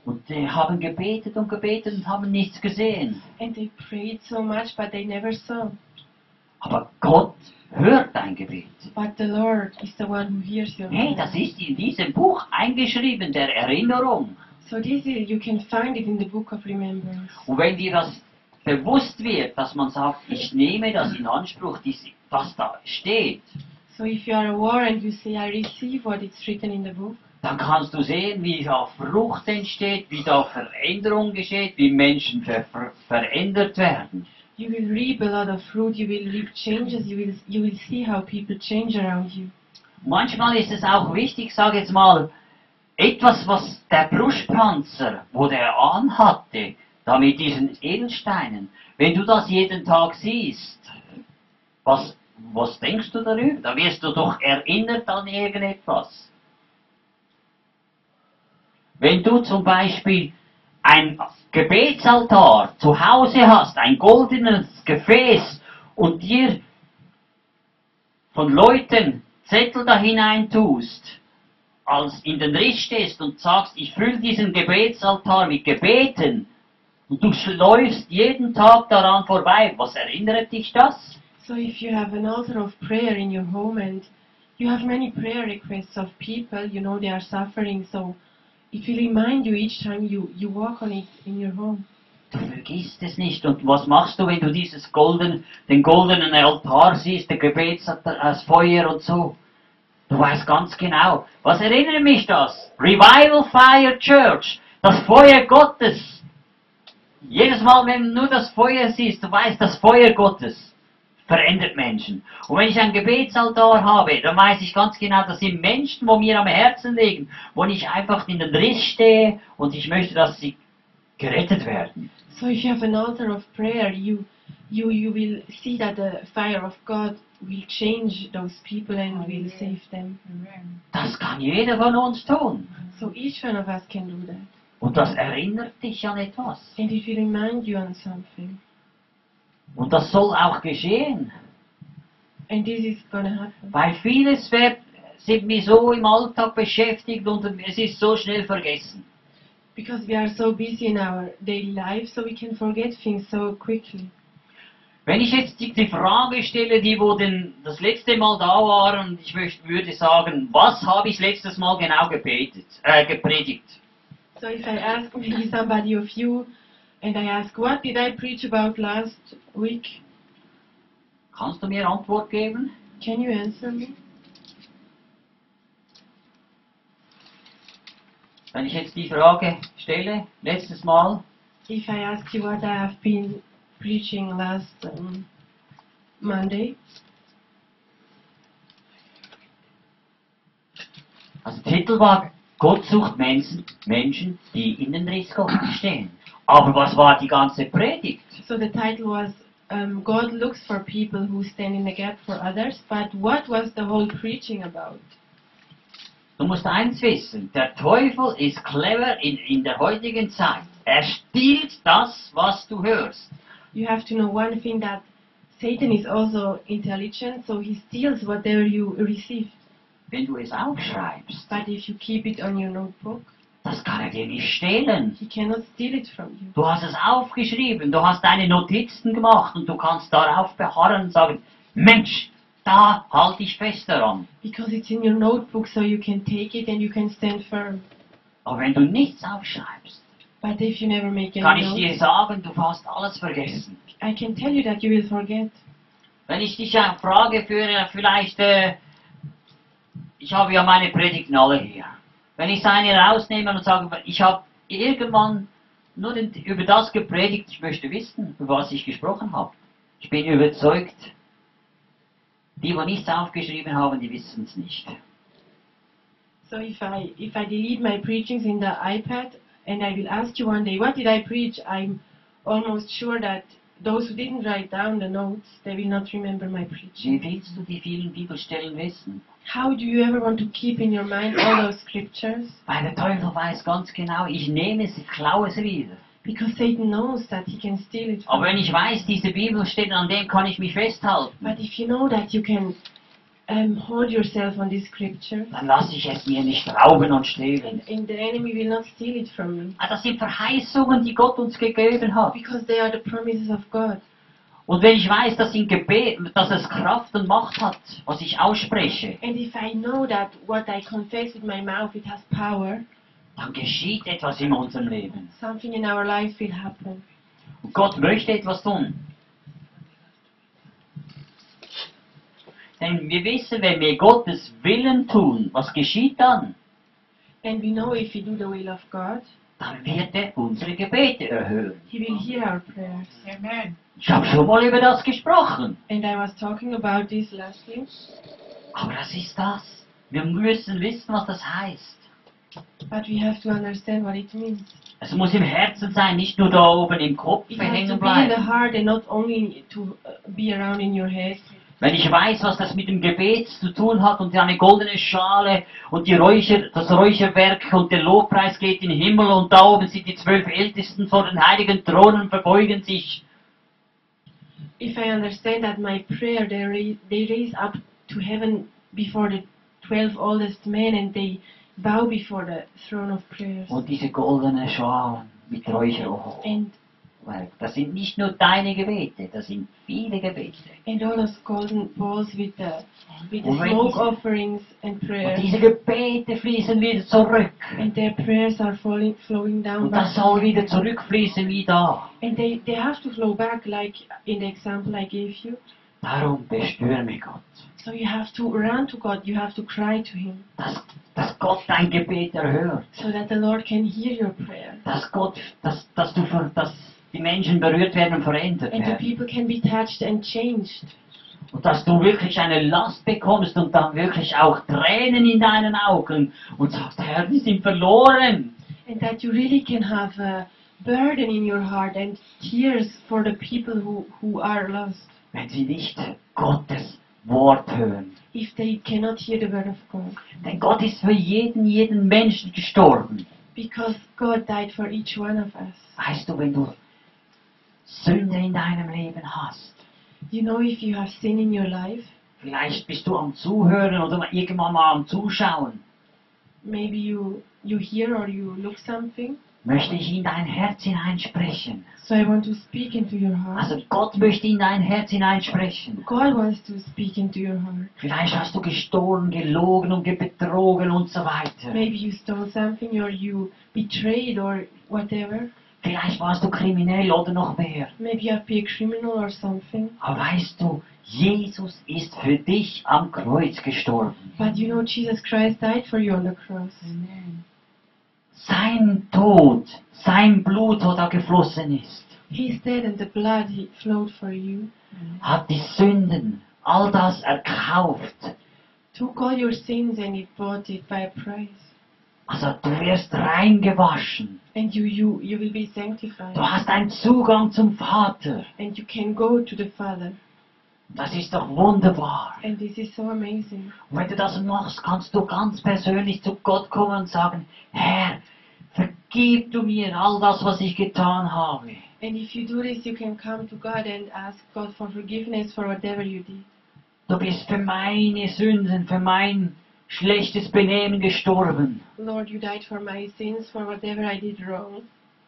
Speaker 3: Und die haben gebetet und gebetet und haben nichts gesehen.
Speaker 4: And they prayed so much, but they never saw.
Speaker 3: Aber Gott hört dein Gebet.
Speaker 4: But the Lord is the one who hears your
Speaker 3: Hey,
Speaker 4: prayers.
Speaker 3: das ist in diesem Buch eingeschrieben, der Erinnerung.
Speaker 4: So this is, you can find it in the book of remembrance.
Speaker 3: Und wenn dir das bewusst wird, dass man sagt, ich nehme das in Anspruch, dies- was da steht,
Speaker 4: So if you are aware and you say, I receive what is written in the book,
Speaker 3: dann kannst du sehen, wie da Frucht entsteht, wie da Veränderung geschieht, wie Menschen ver ver verändert werden.
Speaker 4: you will reap a lot of fruit, you will reap changes, you will, you will see how people change around you.
Speaker 3: Manchmal ist es auch wichtig, sage jetzt mal, etwas, was der Brustpanzer, wo der anhatte, da mit diesen Edelsteinen, wenn du das jeden Tag siehst, was, was denkst du darüber? Da wirst du doch erinnert an irgendetwas. Wenn du zum Beispiel ein Gebetsaltar zu Hause hast, ein goldenes Gefäß und dir von Leuten Zettel da hinein tust, als in den Riss stehst und sagst, ich fülle diesen Gebetsaltar mit Gebeten, und du läufst jeden Tag daran vorbei, was erinnert dich das?
Speaker 4: So if you have an altar of prayer in your home and you have many prayer requests of people, you know they are suffering, so it will remind you each time you, you walk on it in your home.
Speaker 3: Du vergisst es nicht. Und was machst du, wenn du dieses golden, den goldenen Altar siehst, der Gebetsaltar, das Feuer und so? Du weißt ganz genau. Was erinnert mich das? Revival Fire Church. Das Feuer Gottes. Jedes Mal, wenn du nur das Feuer siehst, du weißt, das Feuer Gottes verändert Menschen. Und wenn ich ein Gebetsaltar habe, dann weiß ich ganz genau, das sind Menschen, wo mir am Herzen liegen, wo ich einfach in den Riss stehe und ich möchte, dass sie gerettet werden.
Speaker 4: So if you have an altar of prayer, you you you will see that the fire of God will change those people and will
Speaker 2: Amen.
Speaker 4: save them.
Speaker 2: Amen.
Speaker 3: Das kann jeder von uns tun.
Speaker 4: So each one of us can do that.
Speaker 3: Und das erinnert dich an etwas.
Speaker 4: And it will remind you on something.
Speaker 3: Und das soll auch geschehen.
Speaker 4: And this is gonna happen.
Speaker 3: Weil vieles wird, sind wir so im Alltag beschäftigt und es ist so schnell vergessen.
Speaker 4: Because we are so busy in our daily life, so we can forget things so quickly.
Speaker 3: Wenn ich jetzt die, die Frage stelle, die wo denn das letzte Mal da waren, und ich möchte, würde sagen, was habe ich letztes Mal genau gebetet, äh, gepredigt?
Speaker 4: So if I ask maybe somebody of you, and I ask, what did I preach about last week?
Speaker 3: Kannst du mir Antwort geben?
Speaker 4: Can you answer me?
Speaker 3: Wenn ich jetzt die Frage stelle, letztes Mal,
Speaker 4: If I ask you what I have been preaching last um, Monday,
Speaker 3: Also der Titel war, Gott sucht Menschen, Menschen, die in den Riss Gottes stehen. Aber was war die ganze Predigt?
Speaker 4: so the title was um, God looks for people who stand in the gap for others, but what was the whole preaching about?
Speaker 3: Du musst eins wissen, der Teufel ist clever in, in der heutigen Zeit. Er stiehlt das, was du hörst.
Speaker 4: You have to know one thing that Satan is also intelligent, so he steals whatever you receive.
Speaker 3: Wenn du es aufschreibst,
Speaker 4: But if you keep it on your notebook,
Speaker 3: das kann er dir nicht stehlen.
Speaker 4: he cannot steal it from you.
Speaker 3: Du hast es aufgeschrieben, du hast deine Notizen gemacht und du kannst darauf beharren und sagen, Mensch, Da halte ich fest daran.
Speaker 4: because it's in your notebook so you can take it and you can stand firm.
Speaker 3: Aber wenn du nichts aufschreibst,
Speaker 4: But if you never make
Speaker 3: kann
Speaker 4: any
Speaker 3: ich dir
Speaker 4: notes,
Speaker 3: sagen, du hast alles vergessen.
Speaker 4: I can tell you that you will forget.
Speaker 3: Wenn ich dich auch frage für äh, vielleicht, äh, ich habe ja meine Predigten alle hier. Wenn ich eine rausnehme und sage, ich habe irgendwann nur den- über das gepredigt, ich möchte wissen, über was ich gesprochen habe. Ich bin überzeugt, die, die nichts aufgeschrieben haben, die wissen es nicht.
Speaker 4: So if I if I delete my preachings in the iPad and I will ask you one day what did I preach, I'm almost sure that those who didn't write down the notes they will not remember my
Speaker 3: Wie
Speaker 4: preaching.
Speaker 3: willst du die vielen Bibelstellen wissen?
Speaker 4: How do you ever want to keep in your mind all those scriptures?
Speaker 3: Weil der Teufel weiß ganz genau, ich nehme es, ich klaue es wieder.
Speaker 4: Because Satan knows that he can steal it.
Speaker 3: Aber
Speaker 4: From
Speaker 3: wenn
Speaker 4: you.
Speaker 3: ich weiß, diese Bibelstellen, an denen kann ich mich festhalten,
Speaker 4: But if you know that you can um, hold yourself on these scriptures,
Speaker 3: dann lasse ich es mir nicht rauben und
Speaker 4: and,
Speaker 3: stehlen.
Speaker 4: and the enemy will not steal it from you.
Speaker 3: Ah, Das sind Verheißungen, die Gott uns gegeben hat.
Speaker 4: Because they are the promises of God.
Speaker 3: Und wenn ich weiß, dass, im Gebet, dass es Kraft und Macht hat, was ich ausspreche,
Speaker 4: And if I know that what I confess with my mouth it has power,
Speaker 3: dann geschieht etwas in unserem Leben.
Speaker 4: Something in our life will happen.
Speaker 3: Und Gott möchte etwas tun. Denn wir wissen, wenn wir Gottes Willen tun, was geschieht dann?
Speaker 4: And we know if we do the will of God,
Speaker 3: Dann wird er unsere Gebete erhöhen.
Speaker 4: He will hear our prayers.
Speaker 2: Amen.
Speaker 3: Ich habe schon mal über das gesprochen.
Speaker 4: And I was talking about this last week,
Speaker 3: Aber das ist das. Wir müssen wissen, was das heißt.
Speaker 4: but we have to understand what it means.
Speaker 3: Es muss im Herzen sein, nicht nur da oben im Kopf
Speaker 4: It has to
Speaker 3: hängen
Speaker 4: be in the
Speaker 3: bleiben.
Speaker 4: heart and not only to uh, be around in your head.
Speaker 3: Wenn ich weiß, was das mit dem Gebet zu tun hat und eine goldene Schale und die Räucher, das Räucherwerk und der Lobpreis geht in den Himmel und da oben sind die zwölf Ältesten vor den heiligen Thronen und verbeugen sich.
Speaker 4: If I understand that my prayer, they, ra- they raise up to heaven before the 12 oldest men and they bow before the throne of prayers.
Speaker 3: Und diese goldene Schalen mit Räucherwerk,
Speaker 4: And,
Speaker 3: das sind nicht nur deine Gebete, das sind viele Gebete.
Speaker 4: and all those golden bowls with the, with the
Speaker 3: Alright.
Speaker 4: smoke offerings and prayers.
Speaker 3: Und diese Gebete fließen wieder zurück.
Speaker 4: And their prayers are falling, flowing down
Speaker 3: Und
Speaker 4: back.
Speaker 3: das soll wieder zurückfließen wie da.
Speaker 4: And they, they have to flow back, like in the example I gave you.
Speaker 3: Darum bestürme Gott.
Speaker 4: So you have to run to God, you have to cry to Him,
Speaker 3: dass, dass Gott dein Gebet erhört,
Speaker 4: so that the Lord can hear your prayer.
Speaker 3: dass Gott, dass, dass du, ver- dass die Menschen berührt werden und verändert
Speaker 4: And the
Speaker 3: werden
Speaker 4: people can be touched and changed.
Speaker 3: und dass du wirklich eine Last bekommst und dann wirklich auch Tränen in deinen Augen und sagst, Herr, wir sind verloren.
Speaker 4: And that you really can have a burden in your heart and tears for the people who, who are lost.
Speaker 3: Wenn sie nicht Gottes Wort hören.
Speaker 4: If they cannot hear the word of God.
Speaker 3: Denn Gott ist für jeden, jeden Menschen gestorben.
Speaker 4: Because God died for each one of us.
Speaker 3: Weißt du, wenn du Sünde in deinem Leben hast,
Speaker 4: You know, if you have sin in your life,
Speaker 3: vielleicht bist du am Zuhören oder irgendwann mal am Zuschauen,
Speaker 4: maybe you you hear or you look something.
Speaker 3: möchte ich in dein Herz hineinsprechen.
Speaker 4: So I want to speak into your heart.
Speaker 3: Also Gott möchte in dein Herz hineinsprechen.
Speaker 4: God wants to speak into your heart.
Speaker 3: Vielleicht hast du gestohlen, gelogen und betrogen und so weiter.
Speaker 4: Maybe you stole something or you betrayed or whatever.
Speaker 3: Vielleicht warst du kriminell oder noch mehr.
Speaker 4: Maybe you have been a criminal or something.
Speaker 3: Aber weißt du, Jesus ist für dich am Kreuz gestorben.
Speaker 4: But you know Jesus Christ died for you on the cross.
Speaker 2: Amen.
Speaker 3: Sein Tod, sein Blut, das da geflossen ist,
Speaker 4: His death and the blood he flowed for you.
Speaker 3: hat die Sünden, all das erkauft.
Speaker 4: Took all your sins and he bought it by a price.
Speaker 3: Also du wirst reingewaschen.
Speaker 4: And you you, you will be
Speaker 3: Du
Speaker 4: sanctified.
Speaker 3: hast einen Zugang zum Vater.
Speaker 4: And you can go to the Father.
Speaker 3: Das ist doch wunderbar.
Speaker 4: And this is so amazing.
Speaker 3: Und wenn du das machst, kannst du ganz persönlich zu Gott kommen und sagen, Herr, vergib du mir all das, was ich getan habe.
Speaker 4: And if you do this, you can come to God and ask God for forgiveness for whatever you did.
Speaker 3: Du bist für meine Sünden, für mein schlechtes Benehmen gestorben.
Speaker 4: Lord, you died for my sins, for whatever I did wrong.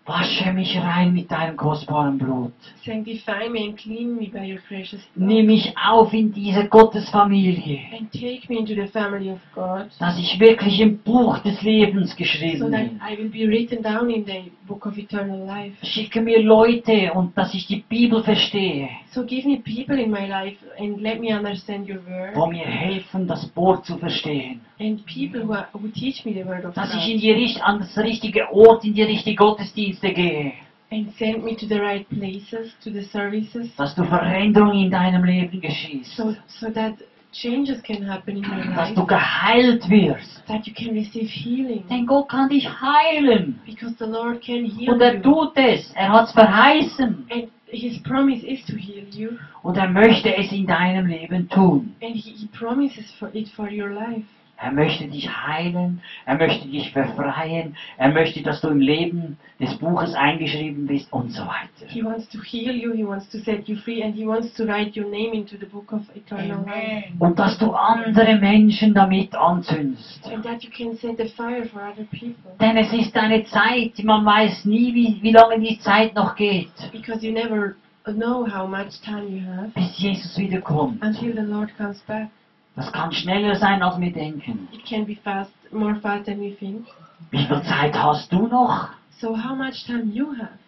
Speaker 3: Wasche mich rein mit deinem kostbaren Blut.
Speaker 4: Sanctify me and clean me by your precious
Speaker 3: Nimm
Speaker 4: blood.
Speaker 3: mich auf in diese Gottesfamilie,
Speaker 4: And take me into the family of God,
Speaker 3: dass ich wirklich im Buch des Lebens
Speaker 4: so
Speaker 3: geschrieben
Speaker 4: that
Speaker 3: bin.
Speaker 4: I will be written down in the book of eternal life.
Speaker 3: Schicke mir Leute und dass ich die Bibel verstehe,
Speaker 4: So give me people in my life and let me understand your word,
Speaker 3: wo mir helfen, das Wort zu verstehen.
Speaker 4: and people who, are, who teach me the word of
Speaker 3: Dass
Speaker 4: God,
Speaker 3: ich in die, richt- an das richtige Ort, in die richtigen Gottesdienste gehe.
Speaker 4: and send me to the right places, to the services,
Speaker 3: Dass du Veränderung in deinem Leben geschieht.
Speaker 4: so, so that changes can happen in your
Speaker 3: Dass
Speaker 4: life,
Speaker 3: du geheilt wirst.
Speaker 4: that you can receive healing,
Speaker 3: Denn Gott kann dich heilen.
Speaker 4: because the Lord can heal
Speaker 3: Und er
Speaker 4: you.
Speaker 3: tut es. Er hat es verheißen.
Speaker 4: And His promise is to heal you,
Speaker 3: Und er möchte es in deinem Leben tun.
Speaker 4: and He, he promises for it for your life.
Speaker 3: Er möchte dich heilen. Er möchte dich befreien. Er möchte, dass du im Leben des Buches eingeschrieben bist und so weiter.
Speaker 4: He wants to heal you, He wants to set you free, and He wants to write your name into the book of eternal life.
Speaker 2: Amen.
Speaker 3: Und dass du andere Menschen damit anzündest.
Speaker 4: And that you can set the fire for other people.
Speaker 3: Denn es ist eine Zeit, man weiß nie, wie, wie lange die Zeit noch geht,
Speaker 4: Because you never know how much time you have
Speaker 3: bis Jesus wiederkommt.
Speaker 4: until the Lord comes back.
Speaker 3: Das kann schneller sein, als wir denken.
Speaker 4: It can be fast, more fast than we think.
Speaker 3: Wie viel Zeit hast du noch?
Speaker 4: So how much time you have?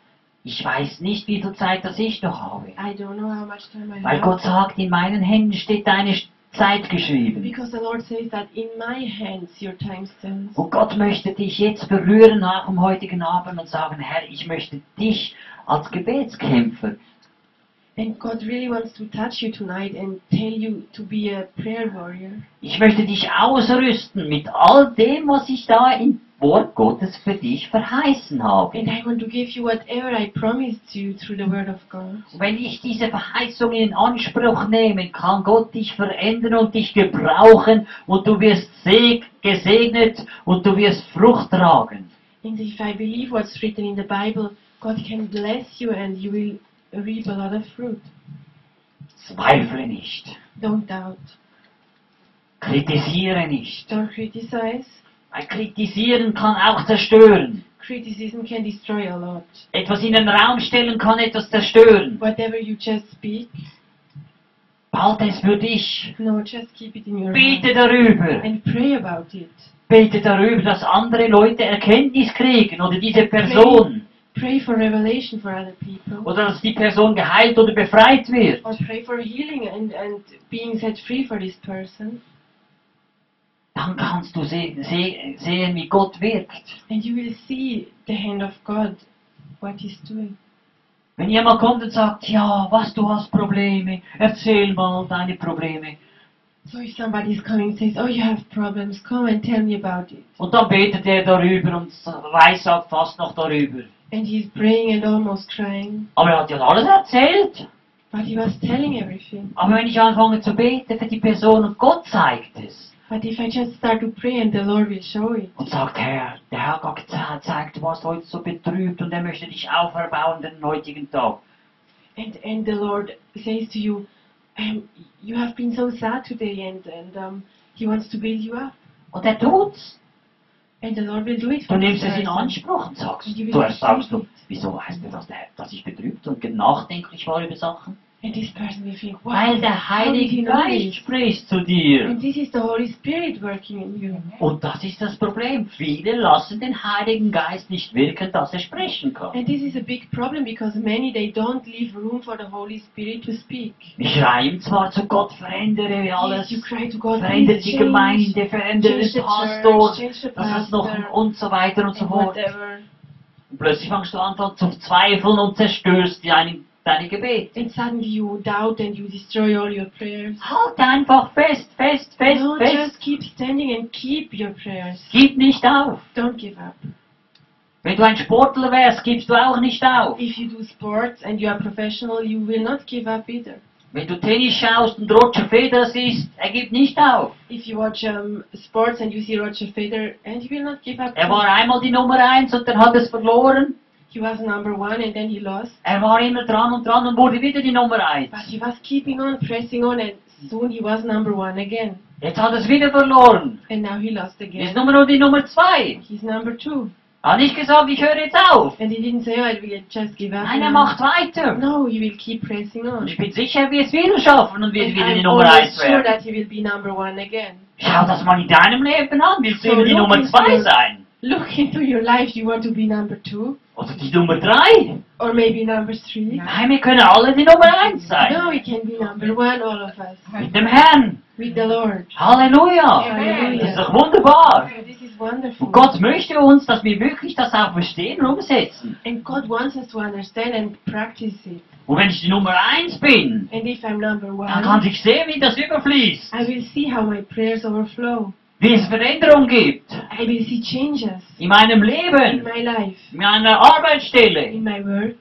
Speaker 3: Ich weiß nicht, wie viel Zeit das ich noch habe.
Speaker 4: I don't know how much time I
Speaker 3: Weil
Speaker 4: have.
Speaker 3: Gott sagt, in meinen Händen steht deine Zeit geschrieben.
Speaker 4: Because the Lord says that in my hands your time stands.
Speaker 3: Und Gott möchte dich jetzt berühren nach dem heutigen Abend und sagen, Herr, ich möchte dich als Gebetskämpfer
Speaker 4: And God really wants to touch you tonight and tell you to be a prayer warrior.
Speaker 3: Ich möchte dich ausrüsten mit all dem, was ich da im Wort Gottes für dich verheißen habe.
Speaker 4: And I want to give you whatever I promised you through the word of God.
Speaker 3: Wenn ich diese Verheißung in Anspruch nehme, kann Gott dich verändern und dich gebrauchen und du wirst seg gesegnet und du wirst Frucht tragen.
Speaker 4: And if I believe what's written in the Bible, God can bless you and you will reap a lot of fruit.
Speaker 3: Zweifle nicht,
Speaker 4: Don't doubt.
Speaker 3: kritisiere nicht.
Speaker 4: Don't criticize.
Speaker 3: Weil kritisieren kann auch zerstören.
Speaker 4: Criticism can destroy a lot.
Speaker 3: Etwas in den Raum stellen kann etwas zerstören.
Speaker 4: Whatever you just speak,
Speaker 3: Bald es für dich.
Speaker 4: no, just keep it in your
Speaker 3: Bete
Speaker 4: heart
Speaker 3: darüber.
Speaker 4: and pray about it.
Speaker 3: Bete darüber, dass andere Leute Erkenntnis kriegen oder diese Person
Speaker 4: Pray for revelation for other people,
Speaker 3: oder dass die Person geheilt oder befreit wird.
Speaker 4: or pray for healing and, and being set free for this person,
Speaker 3: Dann kannst du se se sehen, wie Gott wirkt.
Speaker 4: and you will see the hand of God, what He's doing.
Speaker 3: Wenn jemand kommt und sagt, ja, was du hast Probleme, erzähl mal deine Probleme.
Speaker 4: So if somebody is coming and says, "Oh, you have problems, come and tell me about it,"
Speaker 3: Und dann betet er darüber und weiß halt fast noch darüber.
Speaker 4: and he's praying and almost crying,
Speaker 3: Aber er hat ja alles erzählt.
Speaker 4: but he was telling everything.
Speaker 3: Aber wenn ich anfange zu beten für die Person und Gott zeigt es
Speaker 4: But if I just start to pray, and the Lord will show it.
Speaker 3: und sagt, Herr, der Herr Gott zeigt, du warst heute so betrübt und er möchte dich auferbauen den heutigen Tag.
Speaker 4: And and the Lord says to you, um, you have been so sad today, and and um, He wants to build you up,
Speaker 3: Und er tut's.
Speaker 4: and the Lord will do it
Speaker 3: Du
Speaker 4: for this
Speaker 3: nimmst es in
Speaker 4: person.
Speaker 3: Anspruch und sagst,
Speaker 4: Die
Speaker 3: du
Speaker 4: will ich
Speaker 3: sagst du,
Speaker 4: nicht.
Speaker 3: wieso weißt du, dass, der, dass ich betrübt und nachdenklich war über Sachen?
Speaker 4: And this person will think, wow,
Speaker 3: Weil der
Speaker 4: how did he
Speaker 3: Heilige
Speaker 4: know
Speaker 3: Geist
Speaker 4: this?
Speaker 3: spricht zu dir.
Speaker 4: And this is the Holy Spirit working in you.
Speaker 3: Und das ist das Problem. Viele lassen den Heiligen Geist nicht wirken, dass er sprechen kann.
Speaker 4: And this is a big problem because many they don't leave room for the Holy Spirit to speak.
Speaker 3: Ich schreien zwar zu Gott, verändere
Speaker 4: Yes,
Speaker 3: alles,
Speaker 4: you cry to God,
Speaker 3: verändere
Speaker 4: please
Speaker 3: die
Speaker 4: change,
Speaker 3: Gemeinde, verändere den
Speaker 4: change the
Speaker 3: Pastor,
Speaker 4: church, change the
Speaker 3: das ist noch
Speaker 4: pastor,
Speaker 3: und so weiter und so
Speaker 4: and
Speaker 3: fort.
Speaker 4: whatever.
Speaker 3: Und plötzlich fängst du an zu zweifeln und zerstörst deine, deine Gebete.
Speaker 4: And suddenly you doubt and you destroy all your prayers.
Speaker 3: Halt einfach fest, fest, fest,
Speaker 4: No,
Speaker 3: fest.
Speaker 4: just keep standing and keep your prayers.
Speaker 3: Gib nicht auf.
Speaker 4: Don't give up.
Speaker 3: Wenn du ein Sportler wärst, gibst du auch nicht auf.
Speaker 4: If you do sports and you are professional, you will not give up either.
Speaker 3: Wenn du Tennis schaust und Roger Federer siehst, er gibt nicht auf.
Speaker 4: If you watch um, sports and you see Roger Federer, and he will not give up.
Speaker 3: Er war einmal die Nummer eins und dann hat er es verloren.
Speaker 4: He was number one and then he lost,
Speaker 3: Er war immer dran und dran und wurde wieder die Nummer eins.
Speaker 4: but he was keeping on pressing on, and soon he was number one again.
Speaker 3: Jetzt hat er es wieder verloren.
Speaker 4: And now he lost
Speaker 3: Ist
Speaker 4: again.
Speaker 3: nur noch die Nummer zwei.
Speaker 4: He's number two.
Speaker 3: Habe ich gesagt, ich höre jetzt auf?
Speaker 4: And he didn't say, oh, I will just give up.
Speaker 3: Nein, er
Speaker 4: now."
Speaker 3: macht weiter.
Speaker 4: No, he will keep pressing on.
Speaker 3: Und ich bin sicher, er wird es wieder schaffen und wird
Speaker 4: And
Speaker 3: wieder die
Speaker 4: I'm
Speaker 3: Nummer 1
Speaker 4: always sure
Speaker 3: werden.
Speaker 4: that he will be number one again.
Speaker 3: Schau das mal in deinem Leben an. Willst du
Speaker 4: So
Speaker 3: immer die
Speaker 4: look
Speaker 3: Nummer
Speaker 4: into
Speaker 3: 2
Speaker 4: the-
Speaker 3: sein?
Speaker 4: Look into your life. You want to be number two
Speaker 3: Oder die Nummer 3?
Speaker 4: or maybe number three?
Speaker 3: Nein, wir können alle die Nummer 1
Speaker 4: No,
Speaker 3: sein.
Speaker 4: we can be number one, all of us,
Speaker 3: Mit dem Herrn.
Speaker 4: with the Lord.
Speaker 3: Halleluja.
Speaker 4: Hallelujah.
Speaker 3: Das ist doch wunderbar.
Speaker 4: Oh, This is wonderful.
Speaker 3: Und Gott möchte uns, dass wir wirklich das auch verstehen und umsetzen.
Speaker 4: And God wants us to understand and practice it.
Speaker 3: Und wenn ich die Nummer 1 bin,
Speaker 4: And if I'm number one,
Speaker 3: dann kann ich sehen, wie das überfließt.
Speaker 4: I will see how my prayers overflow.
Speaker 3: Wie es Veränderung gibt.
Speaker 4: I will see changes
Speaker 3: In meinem
Speaker 4: in
Speaker 3: Leben.
Speaker 4: my life,
Speaker 3: In meiner Arbeitsstelle.
Speaker 4: in my work,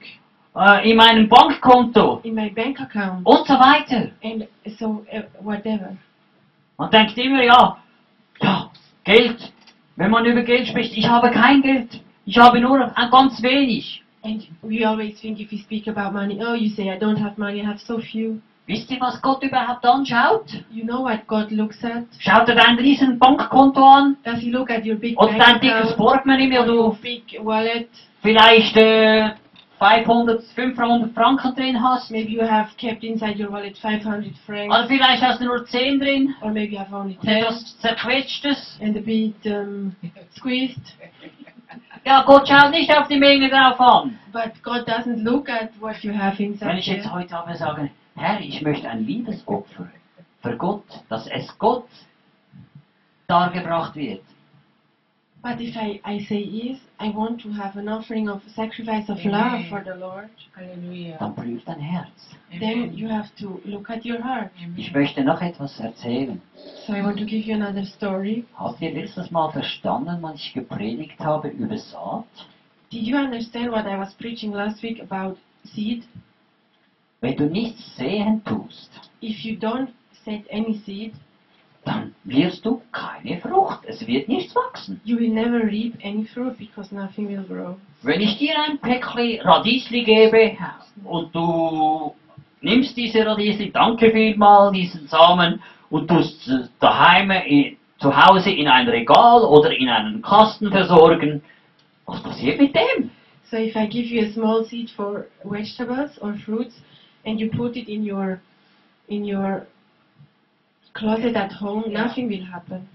Speaker 3: äh, In meinem Bankkonto.
Speaker 4: in my bank account,
Speaker 3: Und so weiter.
Speaker 4: and so uh, whatever.
Speaker 3: Man denkt immer, ja, ja, Geld. Wenn man über Geld spricht, ich habe kein Geld. Ich habe nur ein- ganz wenig.
Speaker 4: And we always think if we speak about money, oh, you say I don't have money, I have so few.
Speaker 3: Wisst ihr, was Gott überhaupt anschaut?
Speaker 4: You know what God looks at?
Speaker 3: Schaut er dein riesen Bankkonto an?
Speaker 4: Does He look at your big
Speaker 3: Oder
Speaker 4: bank
Speaker 3: dein dickes
Speaker 4: account,
Speaker 3: Portemonnaie, wo
Speaker 4: or
Speaker 3: du
Speaker 4: your big wallet?
Speaker 3: vielleicht äh, 500, 500 Franken drin hast?
Speaker 4: Maybe you have kept inside your wallet 500 francs,
Speaker 3: Oder vielleicht hast du nur 10 drin?
Speaker 4: or maybe you have only
Speaker 3: Und
Speaker 4: 10,
Speaker 3: etwas zerquetschtes?
Speaker 4: and a bit um, squeezed.
Speaker 3: Ja, Gott schaut nicht auf die Menge drauf an.
Speaker 4: But God doesn't look at what you have
Speaker 3: Wenn
Speaker 4: inside.
Speaker 3: ich jetzt
Speaker 4: there.
Speaker 3: heute Abend sage, Herr, ich möchte ein Liebesopfer für Gott, dass es Gott dargebracht wird.
Speaker 4: But if I, I say yes, I want to have an offering of sacrifice of
Speaker 2: Amen.
Speaker 4: love for the Lord,
Speaker 2: Hallelujah.
Speaker 3: dann prüf dein Herz.
Speaker 4: then you have to look at your heart.
Speaker 3: Ich möchte noch etwas erzählen.
Speaker 4: So I want to give you another story.
Speaker 3: Habt ihr letztes Mal verstanden, was ich gepredigt habe über Saat?
Speaker 4: Did you understand what I was preaching last week about seed?
Speaker 3: Wenn du nichts sehen tust,
Speaker 4: If you don't set any seed,
Speaker 3: dann wirst du keine Frucht. Es wird nichts wachsen.
Speaker 4: you will never reap any fruit because nothing will grow.
Speaker 3: Wenn ich dir ein Päckchen Radiesli gebe und du nimmst diese Radiesli, danke vielmal, diesen Samen, und tust es daheim in, zu Hause in ein Regal oder in einen Kasten versorgen, was passiert mit dem?
Speaker 4: So if I give you a small seed for vegetables or fruits and you put it in your in your closet at home, nothing will happen.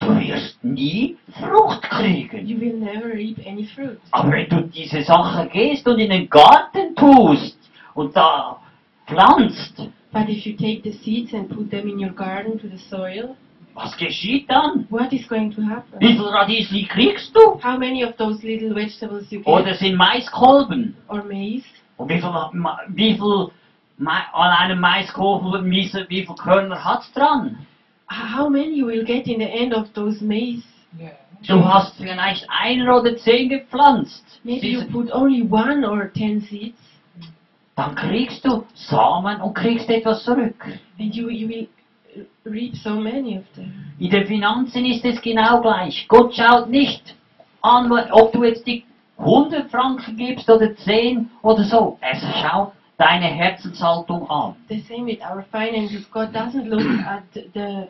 Speaker 3: Du wirst nie Frucht kriegen.
Speaker 4: You will never reap any fruit.
Speaker 3: Aber wenn du diese Sache gehst und in den Garten tust und da pflanzt,
Speaker 4: But if you take the seeds and put them in your garden to the soil,
Speaker 3: was geschieht dann?
Speaker 4: what is going to
Speaker 3: Wie
Speaker 4: happen?
Speaker 3: viel Radiesli kriegst du?
Speaker 4: How many of those little vegetables you
Speaker 3: Oder
Speaker 4: get
Speaker 3: sind Maiskolben?
Speaker 4: or maize?
Speaker 3: Und wie viel, Ma- wie viel Ma an einem Maiskolben, wie viel wie viel Körner hat's dran?
Speaker 4: H- How many you will get in the end of those maize?
Speaker 2: Yeah.
Speaker 3: Du hast vielleicht ein oder zehn gepflanzt.
Speaker 4: Maybe you
Speaker 3: Diese-
Speaker 4: put only one or ten seeds
Speaker 3: Dann kriegst du Samen und kriegst etwas zurück.
Speaker 4: and you, you will uh, reap so many of them.
Speaker 3: In den Finanzen ist es genau gleich. Gott schaut nicht an, ob du jetzt die 100 Franken gibst oder 10 oder so. Es schaut deine Herzenshaltung an.
Speaker 4: The same with our finances. God doesn't look at the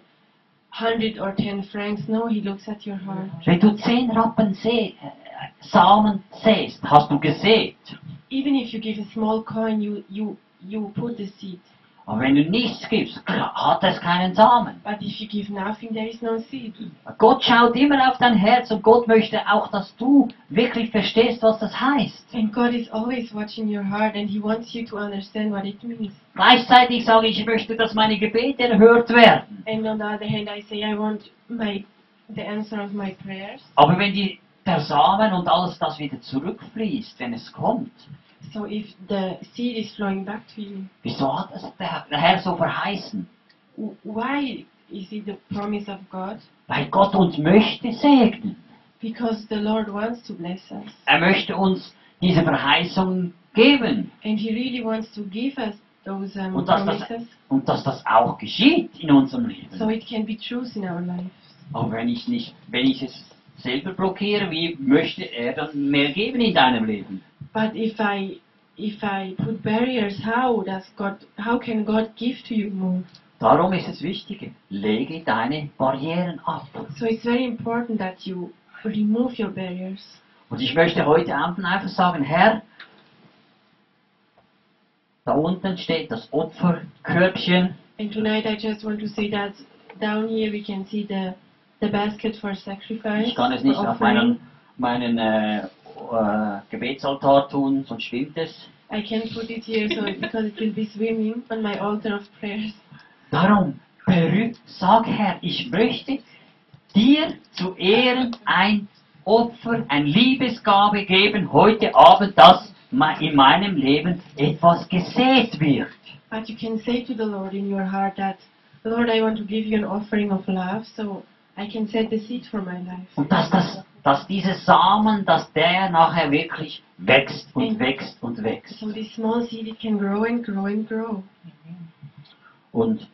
Speaker 4: hundred or ten francs. No, He looks at your heart.
Speaker 3: Wenn du 10 Rappen sä- äh, Samen säst, hast du gesät.
Speaker 4: Even if you give a small coin, you you you put the seed.
Speaker 3: Aber wenn du nichts gibst, hat es keinen Samen.
Speaker 4: But if you give nothing, there is no seed.
Speaker 3: Gott schaut immer auf dein Herz und Gott möchte auch, dass du wirklich verstehst, was das heißt.
Speaker 4: And God is always watching your heart, and He wants you to understand what it means.
Speaker 3: Gleichzeitig sage ich, ich möchte, dass meine Gebete erhört werden.
Speaker 4: And on the other hand, I say I want my the answer of my prayers.
Speaker 3: Aber wenn die, der Samen und alles das wieder zurückfließt, wenn es kommt,
Speaker 4: So if the seed is flowing back to you,
Speaker 3: wieso hat es der, der Herr so verheißen?
Speaker 4: w- why is it the promise of God?
Speaker 3: Weil Gott uns möchte segnen.
Speaker 4: Because the Lord wants to bless us.
Speaker 3: Er möchte uns diese Verheißung geben
Speaker 4: And he really wants to give us those um,
Speaker 3: Und dass das-
Speaker 4: promises
Speaker 3: und dass das auch geschieht in unserem
Speaker 4: so
Speaker 3: Leben.
Speaker 4: it can be truth in our lives.
Speaker 3: Aber wenn ich nicht, wenn ich es selber blockiere, wie möchte er dann mehr geben in deinem Leben?
Speaker 4: But if I if I put barriers, how does God how can God give to you more?
Speaker 3: Darum ist es wichtig, lege deine Barrieren ab.
Speaker 4: So it's very important that you remove your barriers.
Speaker 3: Und ich möchte heute Abend einfach sagen, Herr, da unten steht das Opferkörbchen.
Speaker 4: And tonight I just want to say that down here we can see the, the basket for sacrifice.
Speaker 3: Ich kann es nicht
Speaker 4: for
Speaker 3: auf
Speaker 4: offering.
Speaker 3: meinen, meinen äh, äh, Gebetsaltar tun, sonst schwimmt es.
Speaker 4: I can put it here so because it will be swimming on my altar of prayers.
Speaker 3: Darum, berühmt, sag Herr, ich möchte dir zu Ehren ein Opfer, eine Liebesgabe geben heute Abend, dass ma- in meinem Leben etwas gesät wird.
Speaker 4: But you can say to the Lord in your heart that, Lord, I want to give you an offering of love so I can set the seed for my life.
Speaker 3: Und dass, das, dass diese Samen, dass der nachher wirklich wächst und
Speaker 4: Mhm.
Speaker 3: wächst und wächst.
Speaker 4: So this small seed, it can grow and grow and grow.
Speaker 3: Und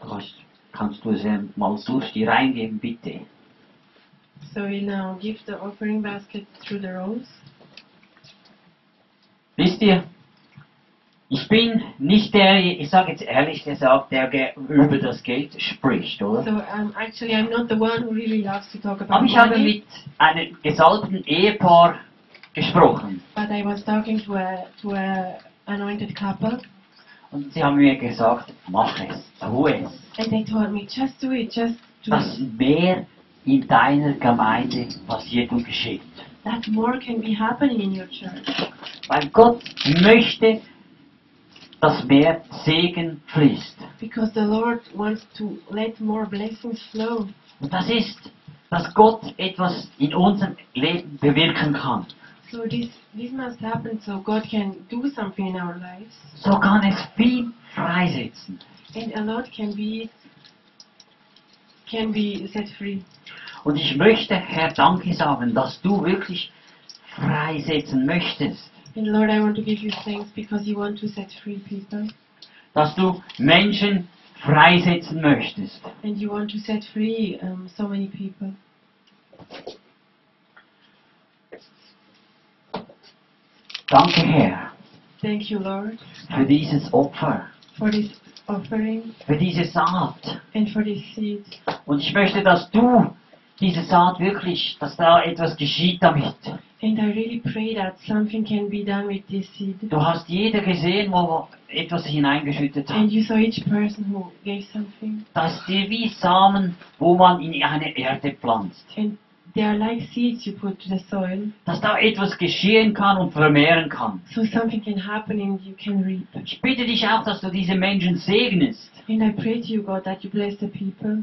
Speaker 3: kannst, kannst du es ähm, mal durch die reingeben, bitte?
Speaker 4: So we now give the offering basket through the rows.
Speaker 3: Wisst ihr, ich bin nicht der, ich sage jetzt ehrlich gesagt, der ge- über das Geld spricht,
Speaker 4: So
Speaker 3: oder?
Speaker 4: um, actually, I'm not the one who really loves to talk about
Speaker 3: Aber ich habe
Speaker 4: money,
Speaker 3: mit einem gesalbten Ehepaar gesprochen.
Speaker 4: but I was talking to a to a anointed couple,
Speaker 3: Und sie haben mir gesagt, mach es, tu es,
Speaker 4: and they told me just do it, just do
Speaker 3: dass
Speaker 4: it.
Speaker 3: mehr in deiner Gemeinde passiert und geschieht.
Speaker 4: That more can be happening in your church.
Speaker 3: Weil Gott möchte, dass mehr Segen fließt.
Speaker 4: Because the Lord wants to let more blessings flow.
Speaker 3: Und das ist, dass Gott etwas in unserem Leben bewirken kann.
Speaker 4: So this this must happen so God can do something in our lives.
Speaker 3: So kann es viel freisetzen.
Speaker 4: And a lot can be can be set free.
Speaker 3: Und ich möchte, Herr, danke sagen, dass du wirklich freisetzen möchtest.
Speaker 4: And Lord I want to give you thanks because you want to set free people
Speaker 3: Dass du Menschen freisetzen möchtest.
Speaker 4: and you want to set free um, so many people.
Speaker 3: Danke, Herr,
Speaker 4: Thank you Lord
Speaker 3: für dieses Opfer,
Speaker 4: for this offering
Speaker 3: für diese Saat.
Speaker 4: and for this seed.
Speaker 3: Und ich möchte, dass du diese Saat wirklich, dass da etwas geschieht damit.
Speaker 4: And I really pray that something can be done with this seed.
Speaker 3: Du hast jeder gesehen, wo etwas hineingeschüttet hat.
Speaker 4: And you saw each person who gave something.
Speaker 3: Das ist wie Samen, wo man in eine Erde pflanzt.
Speaker 4: And they are like seeds you put to the soil,
Speaker 3: Dass da etwas geschehen kann und vermehren kann.
Speaker 4: so something can happen and you can reap.
Speaker 3: Ich bitte dich auch, dass du diese Menschen segnest,
Speaker 4: And I pray to you, God, that you bless the people,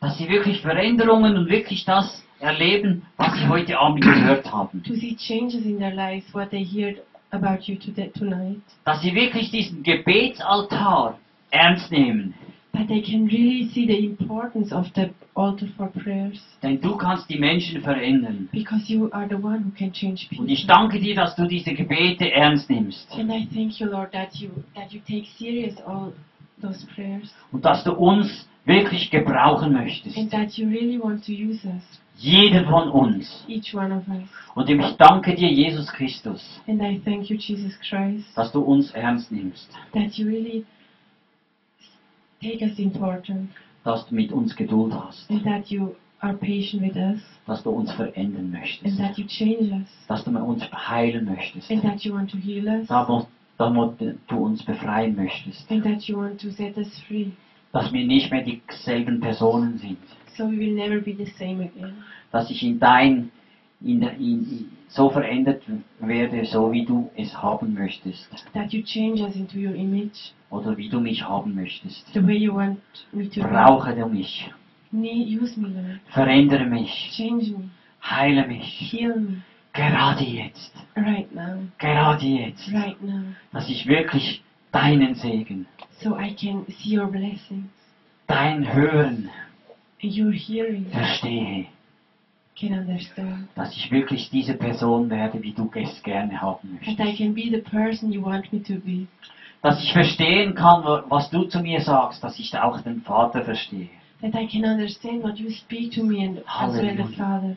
Speaker 3: dass sie wirklich Veränderungen und wirklich das erleben, was sie heute Abend gehört haben.
Speaker 4: to see changes in their lives, what they heard about you today, tonight,
Speaker 3: Dass sie wirklich diesen Gebetsaltar ernst nehmen.
Speaker 4: that they can really see the importance of the altar for prayers,
Speaker 3: Denn du kannst die Menschen verändern.
Speaker 4: because you are the one who can change
Speaker 3: Und ich
Speaker 4: people.
Speaker 3: danke dir, dass du diese Gebete ernst nimmst.
Speaker 4: And I thank you, Lord, that you that you take serious all those prayers,
Speaker 3: Und dass du uns wirklich gebrauchen möchtest.
Speaker 4: and that you really want to use us,
Speaker 3: Jeder von uns.
Speaker 4: each one of us.
Speaker 3: Und ich danke dir, Jesus Christus,
Speaker 4: And I thank you, Jesus Christ.
Speaker 3: dass du uns ernst nimmst.
Speaker 4: that you really take us important
Speaker 3: Dass du mit uns Geduld hast.
Speaker 4: and that you are patient with us
Speaker 3: Dass du uns verändern
Speaker 4: and
Speaker 3: möchtest.
Speaker 4: that you change us
Speaker 3: dass du mit uns heilen möchtest.
Speaker 4: and that you want to heal
Speaker 3: Da,
Speaker 4: us
Speaker 3: wo, da, wo du uns befreien möchtest.
Speaker 4: and that you want to set us free
Speaker 3: Dass wir nicht mehr dieselben Personen sind.
Speaker 4: so we will never be the same again
Speaker 3: Dass ich in dein, in, in, so verändert werde, so wie du es haben möchtest.
Speaker 4: that you change us into your image
Speaker 3: Oder wie du mich haben möchtest.
Speaker 4: the way you want me to be
Speaker 3: Brauche du mich.
Speaker 4: Nee, use me Lord
Speaker 3: Verändere mich.
Speaker 4: change me
Speaker 3: Heile mich.
Speaker 4: heal me
Speaker 3: Gerade jetzt.
Speaker 4: right now
Speaker 3: Gerade jetzt.
Speaker 4: right now
Speaker 3: Dass ich wirklich deinen Segen,
Speaker 4: so I can see your blessings
Speaker 3: dein Hören
Speaker 4: and your hearing
Speaker 3: verstehe.
Speaker 4: can understand
Speaker 3: dass ich wirklich diese Person werde, wie du es gerne haben
Speaker 4: that I
Speaker 3: möchtest.
Speaker 4: can be the person you want me to be
Speaker 3: Dass ich verstehen kann, wa- was du zu mir sagst, dass ich da auch den Vater verstehe.
Speaker 4: that I can understand what you speak to me and as well the
Speaker 3: Hallelujah.
Speaker 4: Father.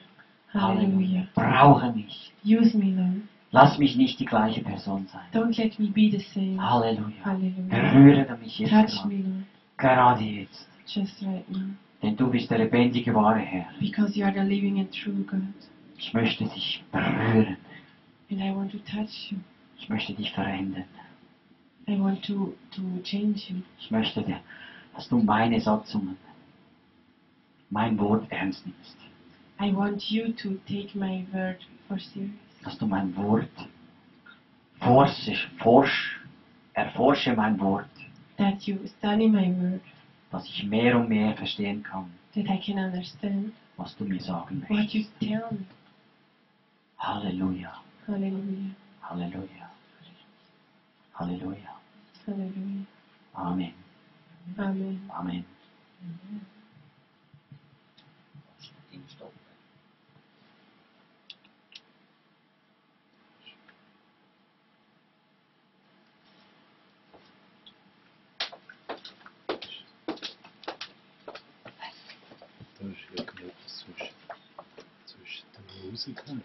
Speaker 4: Hallelujah.
Speaker 3: Brauche mich.
Speaker 4: Use me, Lord.
Speaker 3: Lass mich nicht die gleiche Person sein.
Speaker 4: Don't let me be the same.
Speaker 3: Halleluja.
Speaker 4: Hallelujah.
Speaker 3: Berühre du mich jetzt
Speaker 4: Touch
Speaker 3: gerade,
Speaker 4: me, Lord,
Speaker 3: gerade jetzt.
Speaker 4: just right now.
Speaker 3: Denn du bist der lebendige wahre Herr.
Speaker 4: Because you are the living and true God.
Speaker 3: Ich möchte dich berühren.
Speaker 4: and I want to touch you.
Speaker 3: Ich möchte dich verändern.
Speaker 4: I want to, to change you.
Speaker 3: Ich möchte, dir, dass du meine Satzungen, mein Wort ernst nimmst.
Speaker 4: I want you to take my word for serious.
Speaker 3: Dass du mein Wort forsch, forsch, erforsche mein Wort,
Speaker 4: That you study my word,
Speaker 3: dass ich mehr und mehr verstehen kann,
Speaker 4: that I can understand
Speaker 3: was du mir sagen
Speaker 4: what
Speaker 3: möchtest.
Speaker 4: you tell me.
Speaker 3: Halleluja,
Speaker 4: Hallelujah.
Speaker 3: Halleluja, Halleluja.
Speaker 4: Hallelujah.
Speaker 3: Amen,
Speaker 4: Amen.
Speaker 3: Amen.
Speaker 1: Ding stoppen.
Speaker 5: Da ist irgendetwas zwischen, zwischen der Musik und